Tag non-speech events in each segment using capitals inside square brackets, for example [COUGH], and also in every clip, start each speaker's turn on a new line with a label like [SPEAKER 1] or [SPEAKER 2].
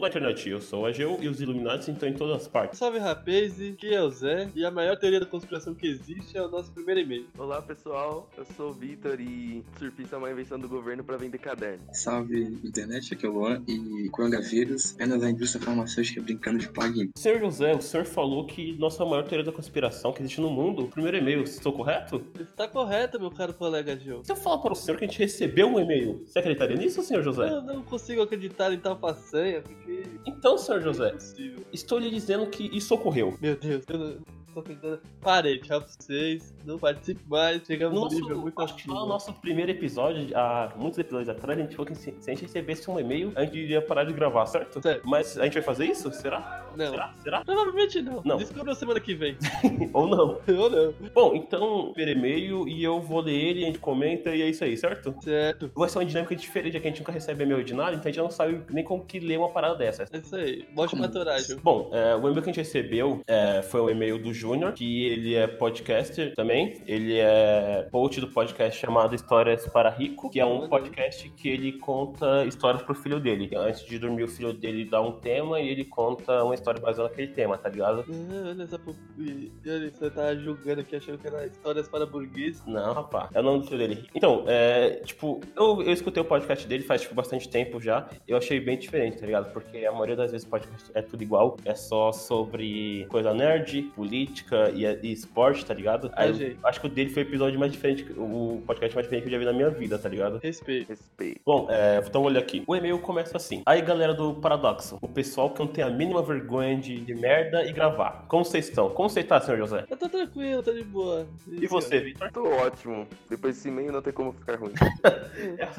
[SPEAKER 1] da internet. Eu sou a Geo e os Illuminati estão em todas as partes.
[SPEAKER 2] Salve rapaz, que é o Zé, e a maior teoria da conspiração que existe é o nosso primeiro e-mail.
[SPEAKER 3] Olá pessoal, eu sou o Vitor e surfista é uma invenção do governo para vender caderno.
[SPEAKER 4] Salve internet, aqui é o Luan e coronavírus, apenas a indústria farmacêutica brincando de pague.
[SPEAKER 1] Senhor José, o senhor falou que nossa maior teoria da conspiração que existe no mundo, o primeiro e-mail, estou correto?
[SPEAKER 2] Está Tá correto, meu caro colega Gil.
[SPEAKER 1] Se eu falar para o senhor que a gente recebeu um e-mail, você acreditaria nisso, senhor José?
[SPEAKER 2] Eu não consigo acreditar em tal façanha, porque
[SPEAKER 1] Então, senhor
[SPEAKER 2] é
[SPEAKER 1] José,
[SPEAKER 2] impossível.
[SPEAKER 1] estou lhe dizendo que isso ocorreu.
[SPEAKER 2] Meu Deus, eu não... Tô tentando. Parei, tchau pra vocês. Não participe mais. Chegamos num É um nível
[SPEAKER 1] Nosso,
[SPEAKER 2] muito
[SPEAKER 1] acho que lá no
[SPEAKER 2] acima.
[SPEAKER 1] nosso primeiro episódio, há muitos episódios atrás, a gente falou que se, se a gente recebesse um e-mail, a gente iria parar de gravar, certo?
[SPEAKER 2] Certo.
[SPEAKER 1] Mas a gente vai fazer isso? Será?
[SPEAKER 2] Não.
[SPEAKER 1] Será? Será?
[SPEAKER 2] Provavelmente não.
[SPEAKER 1] Não.
[SPEAKER 2] Descubra semana que vem. [LAUGHS]
[SPEAKER 1] Ou não?
[SPEAKER 2] Ou não.
[SPEAKER 1] Bom, então, primeiro e-mail e eu vou ler ele, a gente comenta e é isso aí, certo?
[SPEAKER 2] Certo.
[SPEAKER 1] Vai ser uma dinâmica diferente, já que a gente nunca recebe e-mail de nada, então a gente não sabe nem como que ler uma parada dessa.
[SPEAKER 2] É isso aí. Mostra
[SPEAKER 4] Como?
[SPEAKER 2] uma coragem.
[SPEAKER 1] Bom, é, o e-mail que a gente recebeu é, foi um e-mail do Júnior, que ele é podcaster também. Ele é coach do podcast chamado Histórias para Rico, que é um podcast que ele conta histórias pro filho dele. Antes de dormir, o filho dele dá um tema e ele conta uma história baseada naquele tema, tá ligado?
[SPEAKER 2] Ah, Olha essa pop... Ih, olha, Você tá julgando aqui, achando que era histórias para burguês.
[SPEAKER 1] Não, rapaz. É o nome do filho dele. Então, é, tipo, eu, eu escutei o podcast dele faz, tipo, bastante tempo já. Eu achei bem diferente, tá ligado? Porque a maioria das vezes o podcast é tudo igual. É só sobre coisa nerd, política e, e esporte, tá ligado? Aí eu
[SPEAKER 2] Achei.
[SPEAKER 1] acho que o dele foi o episódio mais diferente, o podcast mais diferente que eu já vi na minha vida, tá ligado?
[SPEAKER 2] Respeito.
[SPEAKER 3] Respeito.
[SPEAKER 1] Bom, é, então olha aqui. O e-mail começa assim. Aí, galera do Paradoxo. O pessoal que não tem a mínima vergonha de, de merda e gravar. Como vocês estão? Como você tá, senhor José?
[SPEAKER 2] Eu tô tranquilo, tô de boa.
[SPEAKER 1] E você, Vitor?
[SPEAKER 3] Tô ótimo. Depois desse e-mail não tem como ficar ruim.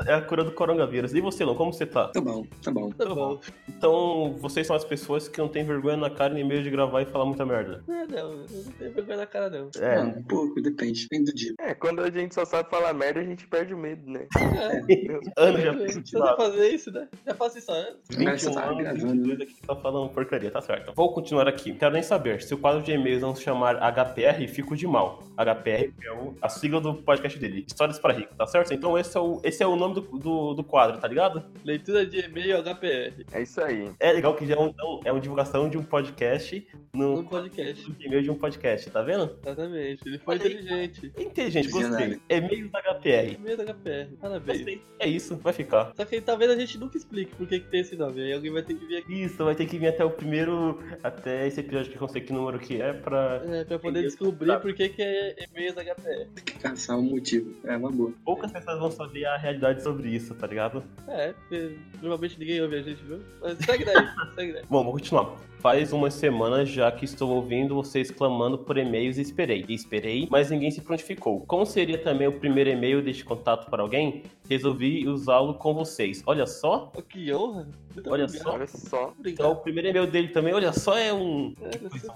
[SPEAKER 1] É a cura do coronavírus. E você, Lão, como você tá?
[SPEAKER 4] Tá bom, tá bom.
[SPEAKER 2] Tá bom.
[SPEAKER 1] Então, vocês são as pessoas que não têm vergonha na cara nem medo de gravar e falar muita merda.
[SPEAKER 2] Não, Ah, não, eu não tenho vergonha na cara, não.
[SPEAKER 1] É.
[SPEAKER 4] Ah, um pouco, depende, depende do dia.
[SPEAKER 3] É, quando a gente só sabe falar merda, a gente perde o medo, né?
[SPEAKER 2] É,
[SPEAKER 1] Ana já fez
[SPEAKER 2] você vai fazer isso, né? Já faço isso antes.
[SPEAKER 1] 21
[SPEAKER 4] Essa tá
[SPEAKER 1] anos,
[SPEAKER 4] gravando, né?
[SPEAKER 1] 22 aqui que tá falando porcaria, tá certo. Vou continuar aqui. Quero nem saber. Se o quadro de e-mails não se chamar HPR, fico de mal. HPR é o- a sigla do podcast dele. Histórias para rico, tá certo? Então esse é o, esse é o nome do, do, do quadro, tá ligado?
[SPEAKER 2] Leitura de e-mail HPR.
[SPEAKER 3] É isso aí.
[SPEAKER 1] É legal que já é, um, é um- é uma divulgação de um podcast no,
[SPEAKER 2] No podcast.
[SPEAKER 1] de e-mail de um podcast, tá vendo?
[SPEAKER 2] Exatamente. Ele foi
[SPEAKER 1] Olha aí.
[SPEAKER 2] inteligente.
[SPEAKER 1] É inteligente, gostei.
[SPEAKER 4] Visionário.
[SPEAKER 1] E-mails da HPR.
[SPEAKER 2] E-mail do HPR. Parabéns.
[SPEAKER 1] Gostei. É isso, vai ficar.
[SPEAKER 2] Só que talvez a gente nunca explique por que, que tem esse nome. Aí alguém vai ter que vir aqui
[SPEAKER 1] Isso, vai ter que vir até o primeiro. Até esse episódio que eu não sei que número que é pra.
[SPEAKER 2] é, pra poder
[SPEAKER 1] Entendeu?
[SPEAKER 2] descobrir por que, que é e-mail do HPR.
[SPEAKER 4] Tem que caçar um motivo. É uma boa.
[SPEAKER 1] Poucas pessoas vão saber a realidade sobre isso, tá ligado?
[SPEAKER 2] É, porque normalmente ninguém ouve a gente, viu? Mas segue daí, [LAUGHS] segue daí.
[SPEAKER 1] Bom, vou continuar. Faz umas semanas já que estou ouvindo vocês clamando por e-mails e esperei. E esperei, mas ninguém se prontificou. Como seria também o primeiro e-mail deste contato para alguém? Resolvi usá-lo com vocês. Olha só,
[SPEAKER 2] Oh, que honra. Muito
[SPEAKER 1] olha
[SPEAKER 2] obrigado.
[SPEAKER 1] só.
[SPEAKER 3] Olha só.
[SPEAKER 1] Então,
[SPEAKER 2] Obrigado.
[SPEAKER 1] o primeiro e-mail dele também, olha só, é um.
[SPEAKER 2] É,
[SPEAKER 1] Que coisa
[SPEAKER 2] você-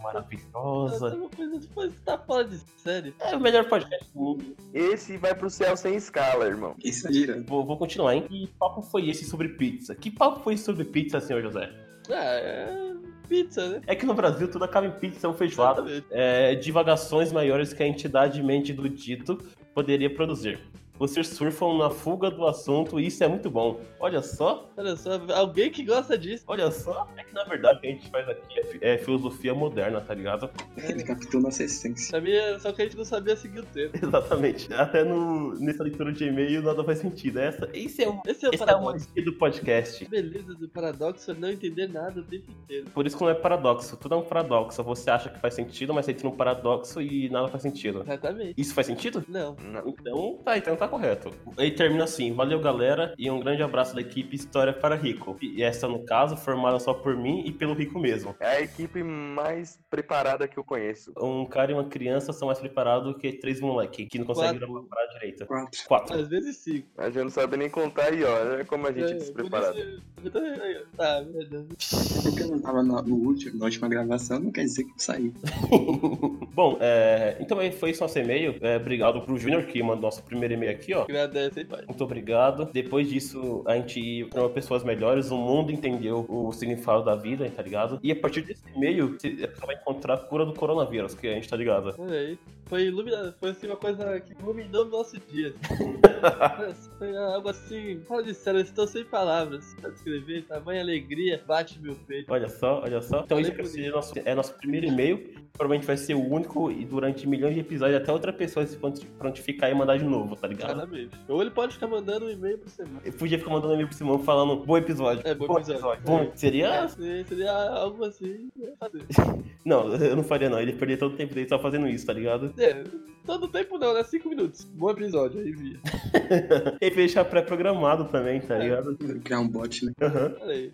[SPEAKER 1] maravilhosa.
[SPEAKER 2] É uma coisa depois que tá fora de série.
[SPEAKER 1] É o melhor podcast do mundo.
[SPEAKER 3] Esse vai pro céu sem escala, irmão.
[SPEAKER 4] Isso é direto.
[SPEAKER 1] Vou, vou continuar, hein? Que papo foi esse sobre pizza? Que papo foi esse sobre pizza, senhor José?
[SPEAKER 2] Ah, é pizza, né?
[SPEAKER 1] É que no Brasil tudo acaba em pizza ou feijoada.
[SPEAKER 2] Exatamente.
[SPEAKER 1] É, divagações maiores que a entidade mente do dito poderia produzir. Vocês surfam na fuga do assunto e isso é muito bom. Olha só,
[SPEAKER 2] Olha só, alguém que gosta disso.
[SPEAKER 1] olha só. É que na verdade o que a gente faz aqui é, fi- é filosofia moderna, tá ligado? [LAUGHS]
[SPEAKER 4] Ele captou nossa essência.
[SPEAKER 2] Sabia, só que a gente não sabia seguir o tempo.
[SPEAKER 1] Exatamente. Até no, nessa leitura de e-mail nada faz sentido. Essa, esse é o,
[SPEAKER 2] Esse é o
[SPEAKER 1] esse é o
[SPEAKER 2] paradoxo.
[SPEAKER 1] magia do podcast.
[SPEAKER 2] A beleza do paradoxo é não entender nada o tempo inteiro.
[SPEAKER 1] Por isso que não é paradoxo. Tudo é um paradoxo. Você acha que faz sentido, mas você entra num paradoxo e nada faz sentido.
[SPEAKER 2] Exatamente.
[SPEAKER 1] Isso faz sentido?
[SPEAKER 2] Não.
[SPEAKER 3] Não.
[SPEAKER 1] Então tá, então tá correto. Aí termina assim: valeu galera e um grande abraço da equipe História para Rico. E essa, no caso, formada só por mim e pelo Rico mesmo.
[SPEAKER 3] É a equipe mais preparada que eu conheço.
[SPEAKER 1] Um cara e uma criança são mais preparados que três moleque que não conseguem
[SPEAKER 2] Quatro.
[SPEAKER 1] gravar para a direita.
[SPEAKER 4] Quatro.
[SPEAKER 1] Quatro. [LAUGHS]
[SPEAKER 2] Às vezes cinco.
[SPEAKER 3] A gente não sabe nem contar e ó, olha como a gente é despreparado.
[SPEAKER 2] Isso... Tá, verdade.
[SPEAKER 4] Porque eu não tava na, no último, na última gravação, não quer dizer que eu saí.
[SPEAKER 1] Bom, é, então aí foi isso nosso e-mail. É, obrigado pro Júnior que mandou nosso primeiro e-mail aqui, ó.
[SPEAKER 2] Agradece, hein, pai.
[SPEAKER 1] Muito obrigado. Depois disso, a gente tornou pessoas melhores, o mundo entendeu o significado da vida, tá ligado? E a partir desse e-mail, você você vai encontrar a cura do coronavírus, que a gente tá ligado.
[SPEAKER 2] Olha aí. Foi iluminado, foi assim uma coisa que iluminou o nosso [LAUGHS] dia. Foi- foi algo assim, fala de sério, eu estou sem palavras pra descrever, tamanha alegria, bate meu peito.
[SPEAKER 1] Olha só, olha só. Então isso
[SPEAKER 2] Falei bonito.
[SPEAKER 1] é nosso, é nosso primeiro e-mail. Provavelmente vai ser o único e durante milhões de episódios até outra pessoa se pronti- prontificar e mandar de novo, tá ligado?
[SPEAKER 2] Claramente. Ou ele pode ficar mandando um e-mail por semana.
[SPEAKER 1] Eu podia ficar mandando e-mail pro Simão falando bom episódio.
[SPEAKER 2] É, bom episódio.
[SPEAKER 1] Bom, seria.
[SPEAKER 2] Assim, seria algo assim. né, fazer.
[SPEAKER 1] Não, [LAUGHS] eu não faria não. Ele perderia todo o tempo dele só fazendo isso, tá ligado? [LAUGHS]
[SPEAKER 2] É, todo tempo não, né? Cinco minutos. Bom episódio, aí vi.
[SPEAKER 1] Ele deixar pré-programado também, tá
[SPEAKER 2] É.
[SPEAKER 1] ligado?
[SPEAKER 4] Criar um bot, né?
[SPEAKER 1] Aham.
[SPEAKER 2] Olha aí.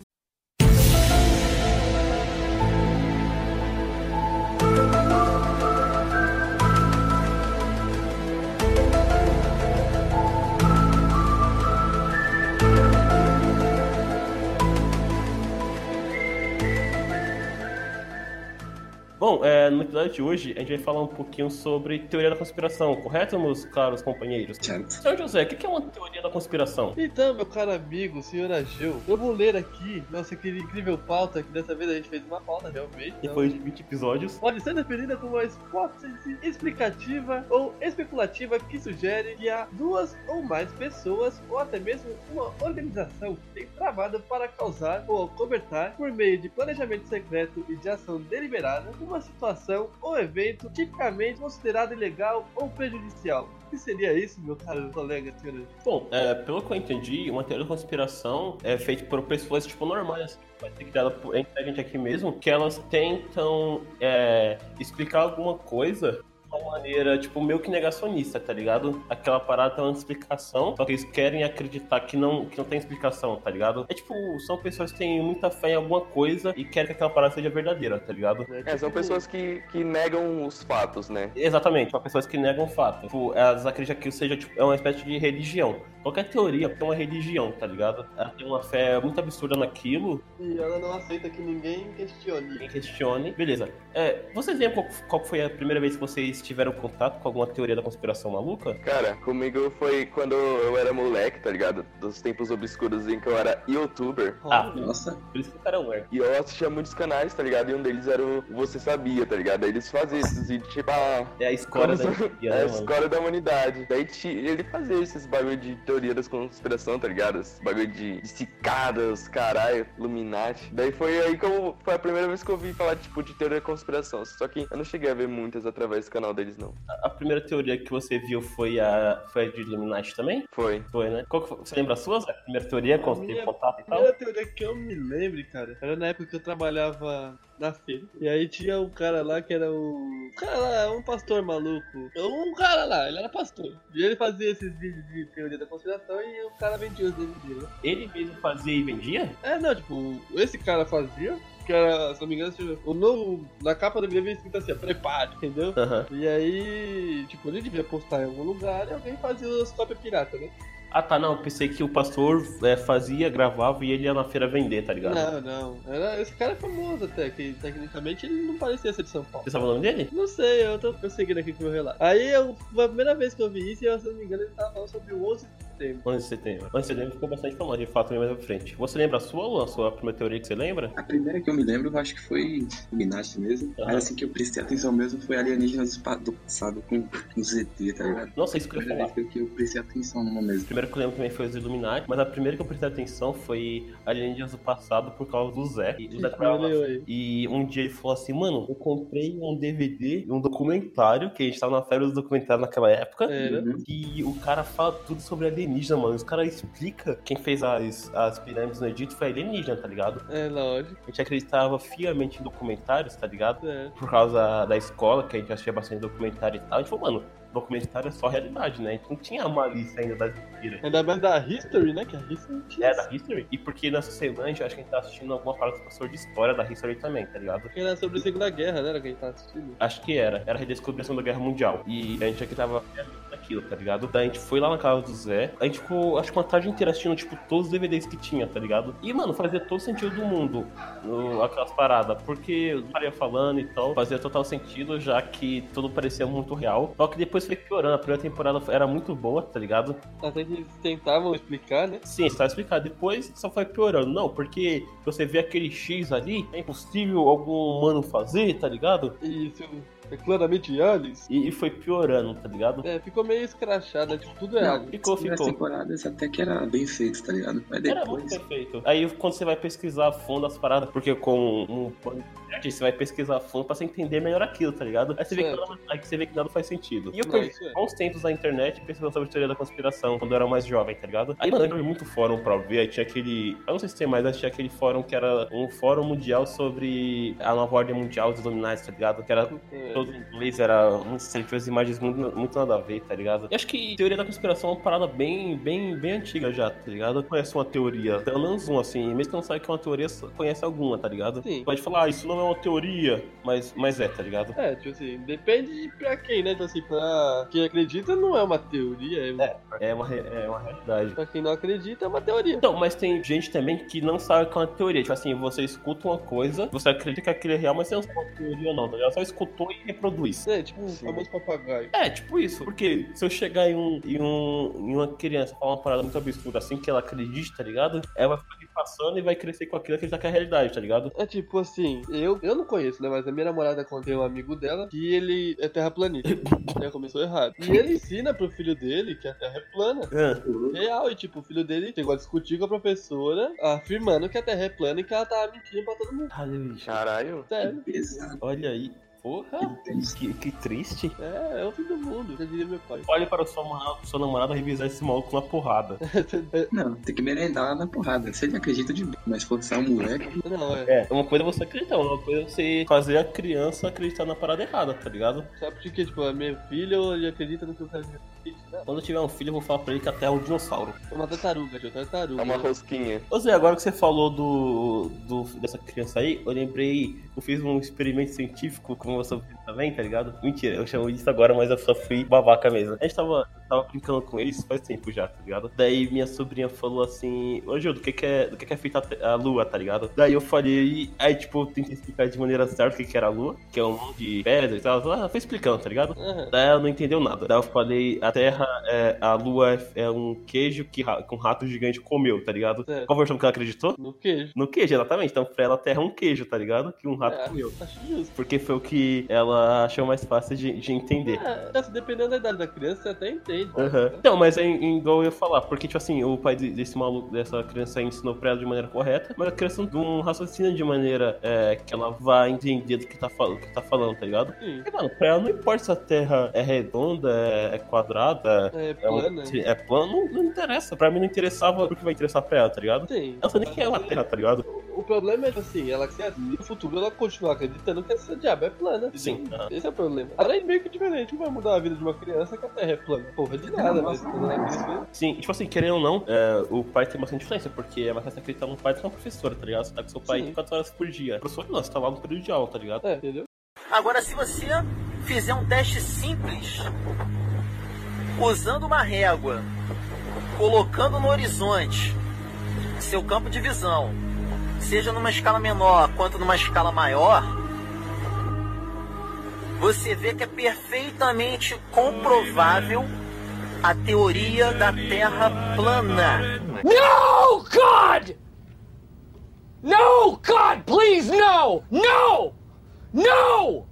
[SPEAKER 1] Bom, é, no episódio de hoje a gente vai falar um pouquinho sobre teoria da conspiração, correto, meus caros companheiros?
[SPEAKER 4] Certo.
[SPEAKER 1] Então, José, o que que é uma teoria da conspiração?
[SPEAKER 2] Então, meu caro amigo, senhor Ageu, eu vou ler aqui nossa querida incrível pauta, que dessa vez a gente fez uma pauta realmente. então-
[SPEAKER 1] Depois de 20 episódios.
[SPEAKER 2] Pode ser definida como uma hipótese explicativa ou especulativa que sugere que há duas ou mais pessoas, ou até mesmo uma organização, tem travada para causar ou cobertar, por meio de planejamento secreto e de ação deliberada, uma situação ou evento tipicamente considerado ilegal ou prejudicial. O que seria isso, meu caro colega, senhor?
[SPEAKER 1] Bom, é, pelo que eu entendi, uma teoria da conspiração é feita por pessoas, tipo, normais, assim, que vai ser criada por, entre a gente aqui mesmo, que elas tentam é, explicar alguma coisa de uma maneira, tipo, meio que negacionista, tá ligado? Aquela parada tem uma explicação, só que eles querem acreditar que não, que não tem explicação, tá ligado? É tipo, são pessoas que têm muita fé em alguma coisa e querem que aquela parada seja verdadeira, tá ligado?
[SPEAKER 3] É, são pessoas que, que negam os fatos, né?
[SPEAKER 1] Exatamente, para pessoas que negam fato. Tipo, elas acreditam que isso seja tipo, é uma espécie de religião. Qualquer teoria é uma religião, tá ligado? Ela tem uma fé muito absurda naquilo,
[SPEAKER 2] E ela não aceita que ninguém questione.
[SPEAKER 1] ninguém questione. Beleza. É, vocês lembram qual, qual foi a primeira vez que vocês tiveram contato com alguma teoria da conspiração maluca?
[SPEAKER 3] Cara, comigo foi quando eu era moleque, tá ligado? Dos tempos obscuros em que eu era youtuber.
[SPEAKER 1] Ah.
[SPEAKER 4] Nossa,
[SPEAKER 1] Por isso que o cara é um nerd.
[SPEAKER 3] E eu assistia muitos canais, tá ligado? E um deles era o Você Sabia, tá ligado? Aí eles faziam esses vídeos, tipo, ah,
[SPEAKER 1] É a escola da
[SPEAKER 3] Como
[SPEAKER 1] teoria,
[SPEAKER 3] é a
[SPEAKER 1] né, mano?
[SPEAKER 3] escola da humanidade. Daí ti- ele fazia esses bagulho de teoria das conspiração, tá ligado? Esses bagulho de, de cicadas, caralho, Illuminati. Daí foi aí que eu. Foi a primeira vez que eu ouvi falar, tipo, de teoria da conspiração. Só que eu não cheguei a ver muitas através do canal deles, não.
[SPEAKER 1] A primeira teoria que você viu foi a, foi a de Illuminati também?
[SPEAKER 3] Foi.
[SPEAKER 1] Foi, né? Qual que foi? Você lembra a sua? Zé? A primeira teoria, quando você teve
[SPEAKER 2] minha-
[SPEAKER 1] contato e
[SPEAKER 2] A
[SPEAKER 1] tal?
[SPEAKER 2] primeira teoria que eu me lembre, cara, era na época que eu trabalhava na feira. E aí tinha um cara lá que era o. Um cara lá, um pastor maluco. Um cara lá, ele era pastor. E ele fazia esses vídeos de teoria da conspiração e o cara vendia os DVDs. né?
[SPEAKER 1] Ele mesmo fazia e vendia?
[SPEAKER 2] É, não, tipo, esse cara fazia, que era, se não me engano, tinha- o novo. Na capa do DVD vinha escrito assim, ó, prepare, entendeu?
[SPEAKER 1] Aham.
[SPEAKER 2] E aí, tipo, ele devia postar em algum lugar e alguém fazia os cópias pirata, né?
[SPEAKER 1] Ah tá, não, pensei que o pastor é, fazia, gravava e ele ia na feira vender, tá ligado?
[SPEAKER 2] Não, não. Era, esse cara é famoso até, que tecnicamente ele não parecia ser de São Paulo.
[SPEAKER 1] Você sabe o nome dele?
[SPEAKER 2] Não sei, eu tô conseguindo aqui com o meu relato. Aí, eu, foi a primeira vez que eu vi isso, e eu, se não me engano, ele tava falando sobre o 11 de setembro.
[SPEAKER 1] 11 de setembro. 11 de setembro ficou bastante famoso, de fato, mesmo mais pra frente. Você lembra a sua, Luan? A sua primeira teoria que você lembra?
[SPEAKER 4] a primeira que eu me lembro, eu acho que foi Minati mesmo.
[SPEAKER 1] Aham.
[SPEAKER 4] Mas assim que eu prestei atenção mesmo foi alienígenas do pa- do passado com com ZT, tá ligado?
[SPEAKER 1] Nossa, isso
[SPEAKER 4] A
[SPEAKER 1] que eu ia
[SPEAKER 4] primeira
[SPEAKER 1] falar.
[SPEAKER 4] vez que eu- que eu prestei atenção numa
[SPEAKER 1] A
[SPEAKER 4] mesmo.
[SPEAKER 1] primeira que eu lembro também foi os Illuminati, mas a primeira que eu prestei atenção foi Alienígenas do Passado por causa do Zé. E o Zé trabalhava
[SPEAKER 2] Valeu aí.
[SPEAKER 1] E um dia ele falou assim, mano, eu comprei um DVD, um documentário, que a gente tava na feira dos documentários naquela época.
[SPEAKER 2] Era.
[SPEAKER 4] Uhum.
[SPEAKER 1] E o cara fala tudo sobre alienígena, mano. Os caras explicam quem fez as, as pirâmides no Egito foi alienígena, tá ligado?
[SPEAKER 2] É, lógico.
[SPEAKER 1] A gente acreditava fiamente em documentários, tá ligado?
[SPEAKER 2] É.
[SPEAKER 1] Por causa da escola, que a gente assistia bastante documentário e tal. A gente falou, mano, documentário é só realidade, né? A gente não tinha a malícia ainda das mentiras.
[SPEAKER 2] Ainda mais da History, né? Que a History não tinha.
[SPEAKER 1] É, da History. E porque nessa semana a gente acho que a gente tá assistindo alguma parada do professor de história da History também, tá ligado?
[SPEAKER 2] Que era sobre a Segunda Guerra, né? Era que a gente tava assistindo.
[SPEAKER 1] Acho que era. Era a redescobrição da Guerra Mundial. E a gente aqui tava vendo aquilo, tá ligado? Daí a gente foi lá na casa do Zé. A gente ficou, acho que uma tarde inteira assistindo, tipo, todos os DVDs que tinha, tá ligado? E, mano, fazia todo sentido do mundo no- aquelas paradas. Porque o cara ia falando e tal, fazia total sentido, já que tudo parecia muito real. Só que depois foi piorando. A primeira temporada era muito boa, tá ligado?
[SPEAKER 2] Até que eles tentavam explicar, né?
[SPEAKER 1] Sim, está explicado. Depois só foi piorando. Não, porque você vê aquele X ali, é impossível algum humano fazer, tá ligado?
[SPEAKER 2] E se o É claramente Alice.
[SPEAKER 1] E, e foi piorando, tá ligado?
[SPEAKER 2] É, ficou meio escrachada, tipo, tudo é Alice.
[SPEAKER 1] Ficou,
[SPEAKER 4] Nas
[SPEAKER 1] ficou.
[SPEAKER 4] temporadas até que era bem feito, tá ligado? Mas
[SPEAKER 1] Era muito
[SPEAKER 4] depois.
[SPEAKER 1] perfeito. Aí quando você vai pesquisar a fundo as paradas, porque com um podcast você vai pesquisar a fundo pra você entender melhor aquilo, tá ligado? Aí você vê, que
[SPEAKER 2] Certo.
[SPEAKER 1] nada, aí você vê que nada faz sentido. E eu
[SPEAKER 2] Não,
[SPEAKER 1] perdi
[SPEAKER 2] isso é.
[SPEAKER 1] uns tempos na internet pesquisando sobre teoria da conspiração, quando eu era mais jovem, tá ligado? Aí, mano, eu vi muito fórum pra ver, aí tinha aquele... Eu não sei se tem mais, mas tinha aquele fórum que era um fórum mundial sobre a nova ordem mundial dos Illuminati, tá ligado? Que era
[SPEAKER 2] É.
[SPEAKER 1] todo em inglês era muito estranho, tinha as imagens muito, muito nada a ver, tá ligado? Eu acho que teoria da conspiração é uma parada bem, bem, bem antiga já, tá ligado? Eu conheço uma teoria, pelo menos uma, assim, mesmo que não saiba que é uma teoria, só conhece alguma, tá ligado?
[SPEAKER 2] Sim.
[SPEAKER 1] Pode falar, ah, isso não é uma teoria, mas, mas é, tá ligado?
[SPEAKER 2] É, tipo assim, depende de pra quem, né? Tipo assim, pra quem acredita não é uma teoria, é-
[SPEAKER 1] É uma, re- é uma realidade.
[SPEAKER 2] pra quem não acredita é uma teoria.
[SPEAKER 1] Então, mas tem gente também que não sabe que é uma teoria. Tipo assim, você escuta uma coisa, você acredita que aquilo é real, mas você não sabe uma teoria ou não, tá ligado? Só escutou e reproduz.
[SPEAKER 2] É, tipo um
[SPEAKER 3] Sim.
[SPEAKER 2] famoso papagaio.
[SPEAKER 1] É, tipo isso. Porque se eu chegar em, um, em, um, em uma criança e falar uma parada muito absurda assim que ela acredita, tá ligado? Ela vai ficar ali passando e vai crescer com aquilo que já que é a realidade, tá ligado?
[SPEAKER 2] É tipo assim, eu, eu não conheço, né? Mas a minha namorada contei um amigo dela que ele é [LAUGHS] terraplanista. Já começou errado. E ele ensina pro filho dele que a terra é plana.
[SPEAKER 1] Ah,
[SPEAKER 2] Real, e tipo, o filho dele chegou a discutir com a professora, afirmando que a terra é plana e que ela tava mentindo pra todo mundo.
[SPEAKER 1] Caralho, bicho.
[SPEAKER 3] Caralho.
[SPEAKER 2] Sério.
[SPEAKER 4] Pesado.
[SPEAKER 1] Olha aí. Porra! Que, que triste.
[SPEAKER 2] É, é o fim do mundo, já diria meu pai. [LAUGHS]
[SPEAKER 1] Olha para o seu namorado, seu namorado revisar esse maluco na porrada.
[SPEAKER 4] Não, tem que merendar lá na porrada. Se ele acredita de boa, mas forçar o moleque.
[SPEAKER 2] Não, é.
[SPEAKER 1] É, uma coisa é você acreditar, uma coisa é você fazer a criança acreditar na parada errada, tá ligado?
[SPEAKER 2] Sabe por que, tipo, a minha filha ele acredita no que eu quero acredita, né?
[SPEAKER 1] Quando eu tiver um filho, eu vou falar pra ele que a Terra é um dinossauro.
[SPEAKER 2] É uma tartaruga, tio, tartaruga.
[SPEAKER 3] É uma rosquinha.
[SPEAKER 1] Ô Zé, agora que você falou do, do- dessa criança aí, eu lembrei, eu fiz um experimento científico com você também, tá ligado? Mentira, eu chamo disso agora, mas eu só fui babaca mesmo. A gente tava, tava brincando com eles faz tempo já, tá ligado? Daí minha sobrinha falou assim, ô Gil, do que que é, do que que é feita a te- a lua, tá ligado? Daí eu falei, aí tipo, eu tentei explicar de maneira certa o que que era a lua, que é um monte de pedra e tal, ela foi explicando, tá ligado?
[SPEAKER 2] Aham.
[SPEAKER 1] Daí ela não entendeu nada. Daí eu falei, a Terra, é, a Lua é- é um queijo que, ra- que um rato gigante comeu, tá ligado?
[SPEAKER 2] Certo.
[SPEAKER 1] Qual versão que ela acreditou?
[SPEAKER 2] No queijo.
[SPEAKER 1] No queijo, exatamente. Então pra ela a Terra é um queijo, tá ligado? Que um rato
[SPEAKER 2] É,
[SPEAKER 1] comeu.
[SPEAKER 2] acho justo.
[SPEAKER 1] Porque foi o que ela achou mais fácil de, de entender.
[SPEAKER 2] É, se dependendo da idade da criança, você até entende.
[SPEAKER 1] Aham. Não, mas é em- igual eu ia falar, porque, tipo assim, o pai de- desse maluco, dessa criança aí ensinou pra ela de maneira correta, mas a criança não raciocina de maneira é, que ela vá entender do que tá, fal- do que tá falando, tá ligado?
[SPEAKER 2] Sim.
[SPEAKER 1] Porque, mano, pra ela não importa se a terra é redonda, é- é quadrada,
[SPEAKER 2] É
[SPEAKER 1] É, um-
[SPEAKER 2] plana.
[SPEAKER 1] se é plano, não, não interessa. Pra mim não interessava o que vai interessar pra ela, tá ligado?
[SPEAKER 2] Sim.
[SPEAKER 1] Ela sabe nem que é uma terra, tá ligado?
[SPEAKER 2] O problema é que, assim, ela se admira, no futuro ela continua acreditando que essa diabo é plana.
[SPEAKER 1] Sim.
[SPEAKER 2] Esse é o problema. Agora é meio que diferente, não vai mudar a vida de uma criança que a terra é plana. Porra de nada, mas é quando ela crescer,
[SPEAKER 1] Sim, tipo assim, querendo ou não, é, o pai tem bastante influência, porque é uma criança que tá no pai, tu não é uma professora, tá ligado? Você tá com seu pai
[SPEAKER 2] Sim.
[SPEAKER 1] 4 horas por dia. Professor não, você tá lá no período de aula, tá ligado?
[SPEAKER 2] é, entendeu?
[SPEAKER 5] Agora, se você fizer um teste simples, usando uma régua, colocando no horizonte seu campo de visão, seja numa escala menor quanto numa escala maior, você vê que é perfeitamente comprovável a teoria da Terra plana.
[SPEAKER 6] No, God! No, God, please, no! No! No!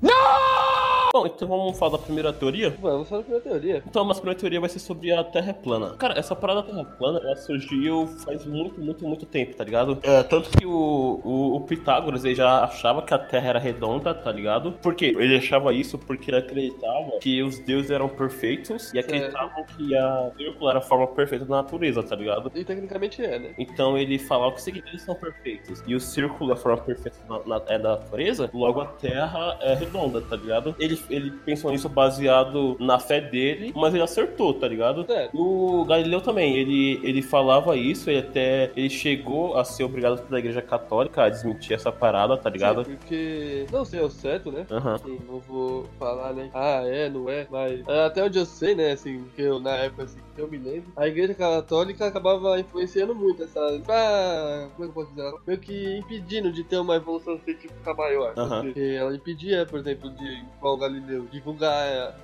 [SPEAKER 6] No!
[SPEAKER 1] Bom, então vamos falar da primeira teoria?
[SPEAKER 2] Vamos falar sobre a teoria.
[SPEAKER 1] Então, mas a primeira teoria vai ser sobre a Terra plana. Cara, essa parada da Terra plana, ela surgiu faz muito, muito, muito tempo, tá ligado? É, tanto que o, o, o Pitágoras, ele já achava que a Terra era redonda, tá ligado? Por quê? Ele achava isso porque ele acreditava que os deuses eram perfeitos e acreditavam que a círculo era a forma perfeita da natureza, tá ligado?
[SPEAKER 2] E tecnicamente é, né?
[SPEAKER 1] Então ele falava que os seguidores são perfeitos. E o círculo é a forma perfeita na- na- é da natureza, logo a Terra é redonda, tá ligado? Ele, ele pensou nisso baseado na fé dele, mas ele acertou, tá ligado?
[SPEAKER 2] Certo.
[SPEAKER 1] O Galileu também, ele, ele falava isso, ele até ele chegou a ser obrigado pela igreja católica a desmentir essa parada, tá ligado?
[SPEAKER 2] Sim, porque. Não sei ao certo, né?
[SPEAKER 1] Aham.
[SPEAKER 2] Assim, não vou falar, né? Ah, é, não é, mas ah, até onde eu sei, né? Assim, que eu na época assim, que eu me lembro, a igreja católica acabava influenciando muito essa. Pra, como é que eu posso dizer? Meio que impedindo de ter uma evolução científica maior.
[SPEAKER 1] Aham.
[SPEAKER 2] Porque ela impedia, por exemplo, de igual o Galileu divulgar a,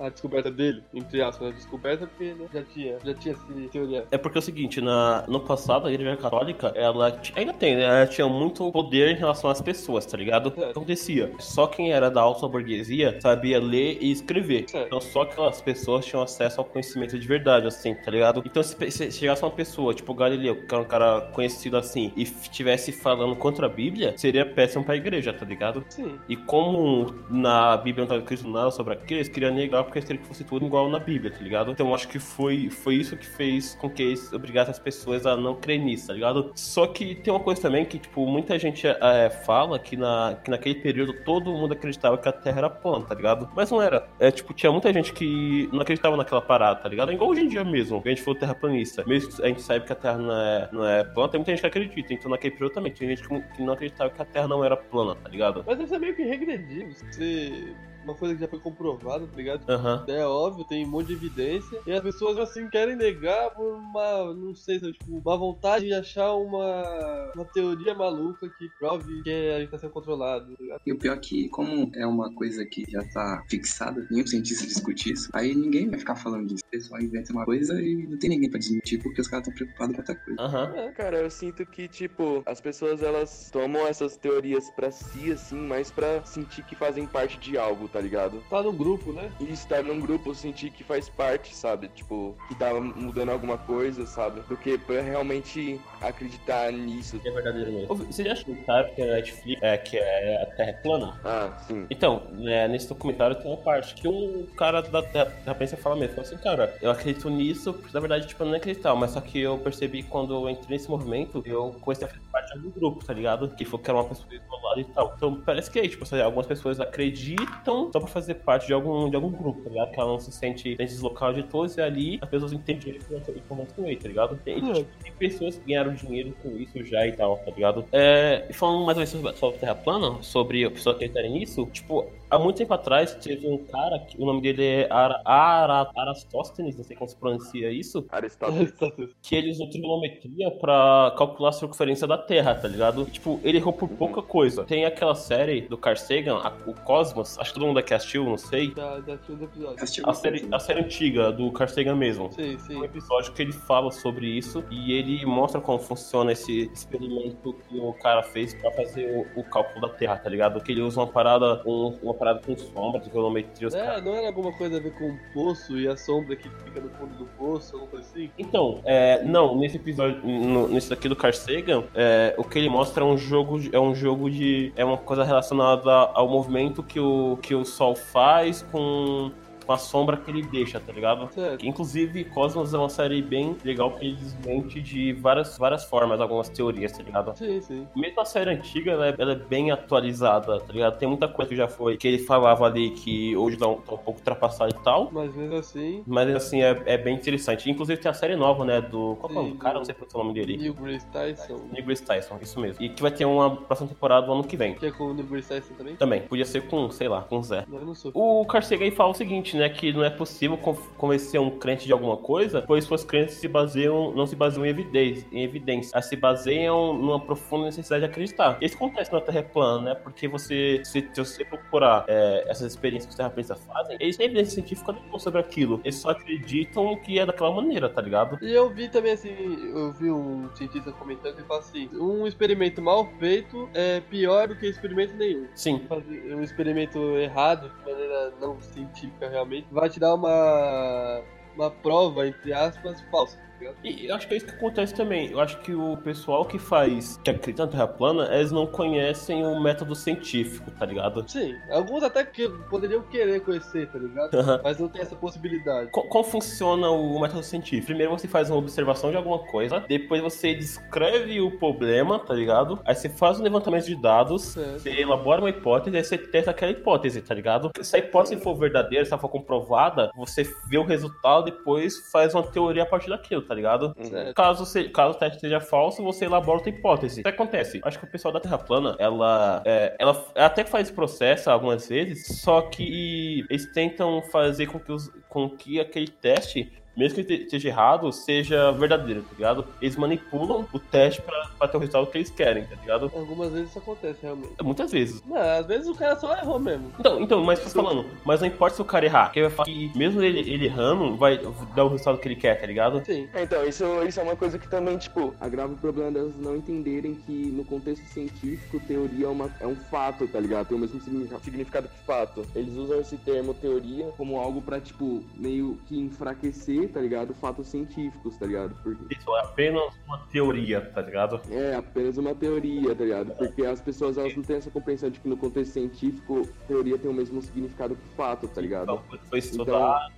[SPEAKER 2] a- a descoberta dele, entre aspas, né? Descoberta, porque né, já tinha, já tinha essa teoria.
[SPEAKER 1] É porque é o seguinte, na, no passado a igreja católica, ela ti- ainda tem, né? Ela tinha muito muito poder em relação às pessoas, tá ligado?
[SPEAKER 2] Certo.
[SPEAKER 1] Então descia. Só quem era da alta burguesia sabia ler e escrever.
[SPEAKER 2] Certo.
[SPEAKER 1] Então só aquelas pessoas tinham acesso ao conhecimento de verdade, assim, tá ligado? Então se, pe- se chegasse uma pessoa, tipo Galileu, que era um cara conhecido assim, e estivesse falando contra a Bíblia, seria péssimo pra igreja, tá ligado?
[SPEAKER 2] Sim.
[SPEAKER 1] E como na Bíblia não tá escrito nada sobre aquilo, eles queriam negar porque eles queriam que fosse tudo igual na Bíblia, tá ligado? Então acho que foi, foi isso que fez com que eles obrigassem as pessoas a não crer nisso, tá ligado? Só que tem uma coisa também que, tipo, muita gente é, fala que, na, que naquele período todo mundo acreditava que a Terra era plana, tá ligado? Mas não era. É, tipo, tinha muita gente que não acreditava naquela parada, tá ligado? É Igual hoje em dia mesmo, que a gente falou terraplanista. Mesmo que a gente saiba que a Terra não é, não é plana, tem muita gente que acredita. Então naquele período também tinha gente que que não acreditava que a Terra não era plana, tá ligado?
[SPEAKER 2] Mas isso é meio que regredido. Você... Uma coisa que já foi comprovada, tá ligado?
[SPEAKER 1] Aham.
[SPEAKER 2] É óbvio, tem um monte de evidência. E as pessoas, assim, querem negar por uma, não sei, sabe, tipo, uma vontade de achar uma, uma teoria maluca que prove que a gente tá sendo controlado. tá ligado?
[SPEAKER 4] E o pior é que, como é uma coisa que já tá fixada, nenhum cientista discute isso, aí ninguém vai ficar falando disso. O pessoal inventa uma coisa e não tem ninguém pra desmentir porque os caras estão preocupados com outra coisa.
[SPEAKER 1] Aham.
[SPEAKER 3] Cara, eu sinto que, tipo, as pessoas elas tomam essas teorias pra si, assim, mais pra sentir que fazem parte de algo, tá ligado?
[SPEAKER 2] Tá num grupo, né?
[SPEAKER 3] E estar num grupo, sentir que faz parte, sabe? Tipo, que
[SPEAKER 7] tá
[SPEAKER 3] tava mudando alguma coisa, sabe? Do que pra realmente acreditar nisso.
[SPEAKER 1] É verdadeiro mesmo. Ô, Você já achou um documentário que é Netflix, é, que é a Terra é plana?
[SPEAKER 3] Ah, sim.
[SPEAKER 1] Então, né, nesse documentário tem uma parte que um cara da Terra da pensa fala mesmo, fala assim, cara, eu acredito nisso, porque na verdade, tipo, eu não acreditava, mas só que eu percebi que quando eu entrei nesse movimento, eu comecei a fazer parte de um grupo, tá ligado? Que foi que era uma pessoa isolada e tal. Então, parece que é, tipo, sabe, algumas pessoas acreditam só pra fazer parte de algum, de algum grupo, tá ligado? Que ela não se sente dentro deslocada de todos e ali as pessoas entendem e conversam- e conversam com ele, tá ligado? E, tipo,
[SPEAKER 2] [LAUGHS]
[SPEAKER 1] tem pessoas que ganharam dinheiro com isso já e tal, tá ligado? É, e falando mais uma vez sobre, sobre Terra Plana, sobre a pessoa acreditarem nisso, tipo, há muito tempo atrás teve um cara que o nome dele é Ara, Ara, Arastóstenes, não sei como se pronuncia isso,
[SPEAKER 7] [LAUGHS]
[SPEAKER 3] Aristóteles.
[SPEAKER 2] Tá,
[SPEAKER 1] que ele usou trigonometria pra calcular a circunferência da Terra, tá ligado? Tipo, ele errou por pouca coisa. Tem aquela série do Carl Sagan, a- o Cosmos, acho que todo mundo aqui assistiu, não sei.
[SPEAKER 2] Da, da do episódio.
[SPEAKER 4] Assistiu
[SPEAKER 1] A série, a série antiga do Carl Sagan mesmo
[SPEAKER 2] tá, Sim,
[SPEAKER 1] um
[SPEAKER 2] sim.
[SPEAKER 1] episódio que ele fala sobre isso e ele mostra como funciona esse experimento que o cara fez pra fazer o, o cálculo da Terra, tá ligado? Que ele usa uma parada, um- uma parada com sombra, trigonometria, os
[SPEAKER 2] É,
[SPEAKER 1] caras.
[SPEAKER 2] não era alguma coisa a ver com o poço e a sombra que fica no fundo do poço, alguma coisa assim?
[SPEAKER 1] Então, é, não, nesse episódio, no- nesse daqui do Carl Sagan, é, o que ele mostra é um jogo, de- é um jogo de, é uma coisa relacionada ao movimento que o, que o Sol faz com, com a sombra que ele deixa, tá ligado?
[SPEAKER 2] Certo.
[SPEAKER 1] Inclusive, Cosmos é uma série bem legal porque ele desmente de várias, várias formas algumas teorias, tá ligado?
[SPEAKER 2] Sim, sim.
[SPEAKER 1] Mesmo a série antiga, ela é, ela é bem atualizada, tá ligado? Tem muita coisa que já foi, que ele falava ali que hoje tá um, tá um pouco ultrapassado e tal.
[SPEAKER 2] Mas mesmo assim,
[SPEAKER 1] Mas assim, é, é bem interessante. Inclusive tem a série nova, né? Do. Qual que é o nome do
[SPEAKER 2] Sim.
[SPEAKER 1] cara? Não sei qual é o nome dele.
[SPEAKER 2] Neil Grace Tyson,
[SPEAKER 1] Neil Grace Tyson, isso mesmo. E que vai ter uma próxima temporada no ano que vem.
[SPEAKER 2] que é com o Neil Grace Tyson também?
[SPEAKER 1] Também. Podia ser com, sei lá, com o Zé.
[SPEAKER 2] Não, eu não sou.
[SPEAKER 1] O Carcega aí fala o seguinte, né? Que não é possível con- convencer um crente de alguma coisa, pois suas crenças se baseiam, não se baseiam em evidência, em evidência. Elas se baseiam numa profunda necessidade de acreditar. Isso acontece na Terra plana, né? Porque você, se, se você procurar é, essas experiências que os terraplanistas fazem, eles têm evidência científica nenhuma sobre aquilo. Eles só acreditam que é daquela maneira, tá ligado?
[SPEAKER 2] E eu vi também assim, eu vi um cientista comentando que fala assim, um experimento mal feito é pior do que experimento nenhum.
[SPEAKER 1] Sim.
[SPEAKER 2] Fazer um experimento errado, de maneira não científica realmente, vai te dar uma, uma prova, entre aspas, falsa. tá ligado?
[SPEAKER 1] E eu acho que é isso que acontece também. Eu acho que o pessoal que faz, que acredita na Terra plana, eles não conhecem o método científico, tá ligado?
[SPEAKER 2] Sim, alguns até que poderiam querer conhecer, tá ligado? Mas não tem essa possibilidade.
[SPEAKER 1] Co- Como funciona o método científico? Primeiro você faz uma observação de alguma coisa, depois você descreve o problema, tá ligado? Aí você faz um levantamento de dados,
[SPEAKER 2] Certo.
[SPEAKER 1] você elabora uma hipótese, aí você testa aquela hipótese, tá ligado? Se a hipótese for verdadeira, se ela for comprovada, você vê o resultado, depois faz uma teoria a partir daquilo, tá ligado?
[SPEAKER 3] Uhum.
[SPEAKER 2] Certo.
[SPEAKER 1] Caso, se- caso o teste seja falso, você elabora outra hipótese. O que acontece? Acho que o pessoal da Terra plana, ela, é, ela até que faz processo algumas vezes, só que eles tentam fazer com que, os- com que aquele teste mesmo que te- esteja errado, seja verdadeiro, tá ligado? Eles manipulam o teste pra, pra ter o resultado que eles querem, tá ligado?
[SPEAKER 2] Algumas vezes isso acontece, realmente.
[SPEAKER 1] Muitas vezes.
[SPEAKER 2] Não, às vezes o cara só errou mesmo.
[SPEAKER 1] Então, então, mas tô falando, mas não importa se o cara errar, porque ele vai falar que mesmo ele, ele errando, vai dar o resultado que ele quer, tá ligado?
[SPEAKER 2] Sim.
[SPEAKER 3] É, Então, isso, isso é uma coisa que também, tipo,
[SPEAKER 7] agrava o problema delas não entenderem que no contexto científico teoria é, uma, é um fato, tá ligado? Tem o mesmo significa- significado que fato. Eles usam esse termo teoria como algo pra, tipo, meio que enfraquecer, tá ligado? Fatos científicos, tá ligado? Porque
[SPEAKER 1] Isso é apenas uma teoria, tá ligado?
[SPEAKER 7] é apenas uma teoria, tá ligado? Porque as pessoas elas não têm essa compreensão de que no contexto científico teoria tem o mesmo significado que fato, tá ligado?
[SPEAKER 1] Então, foi estudar,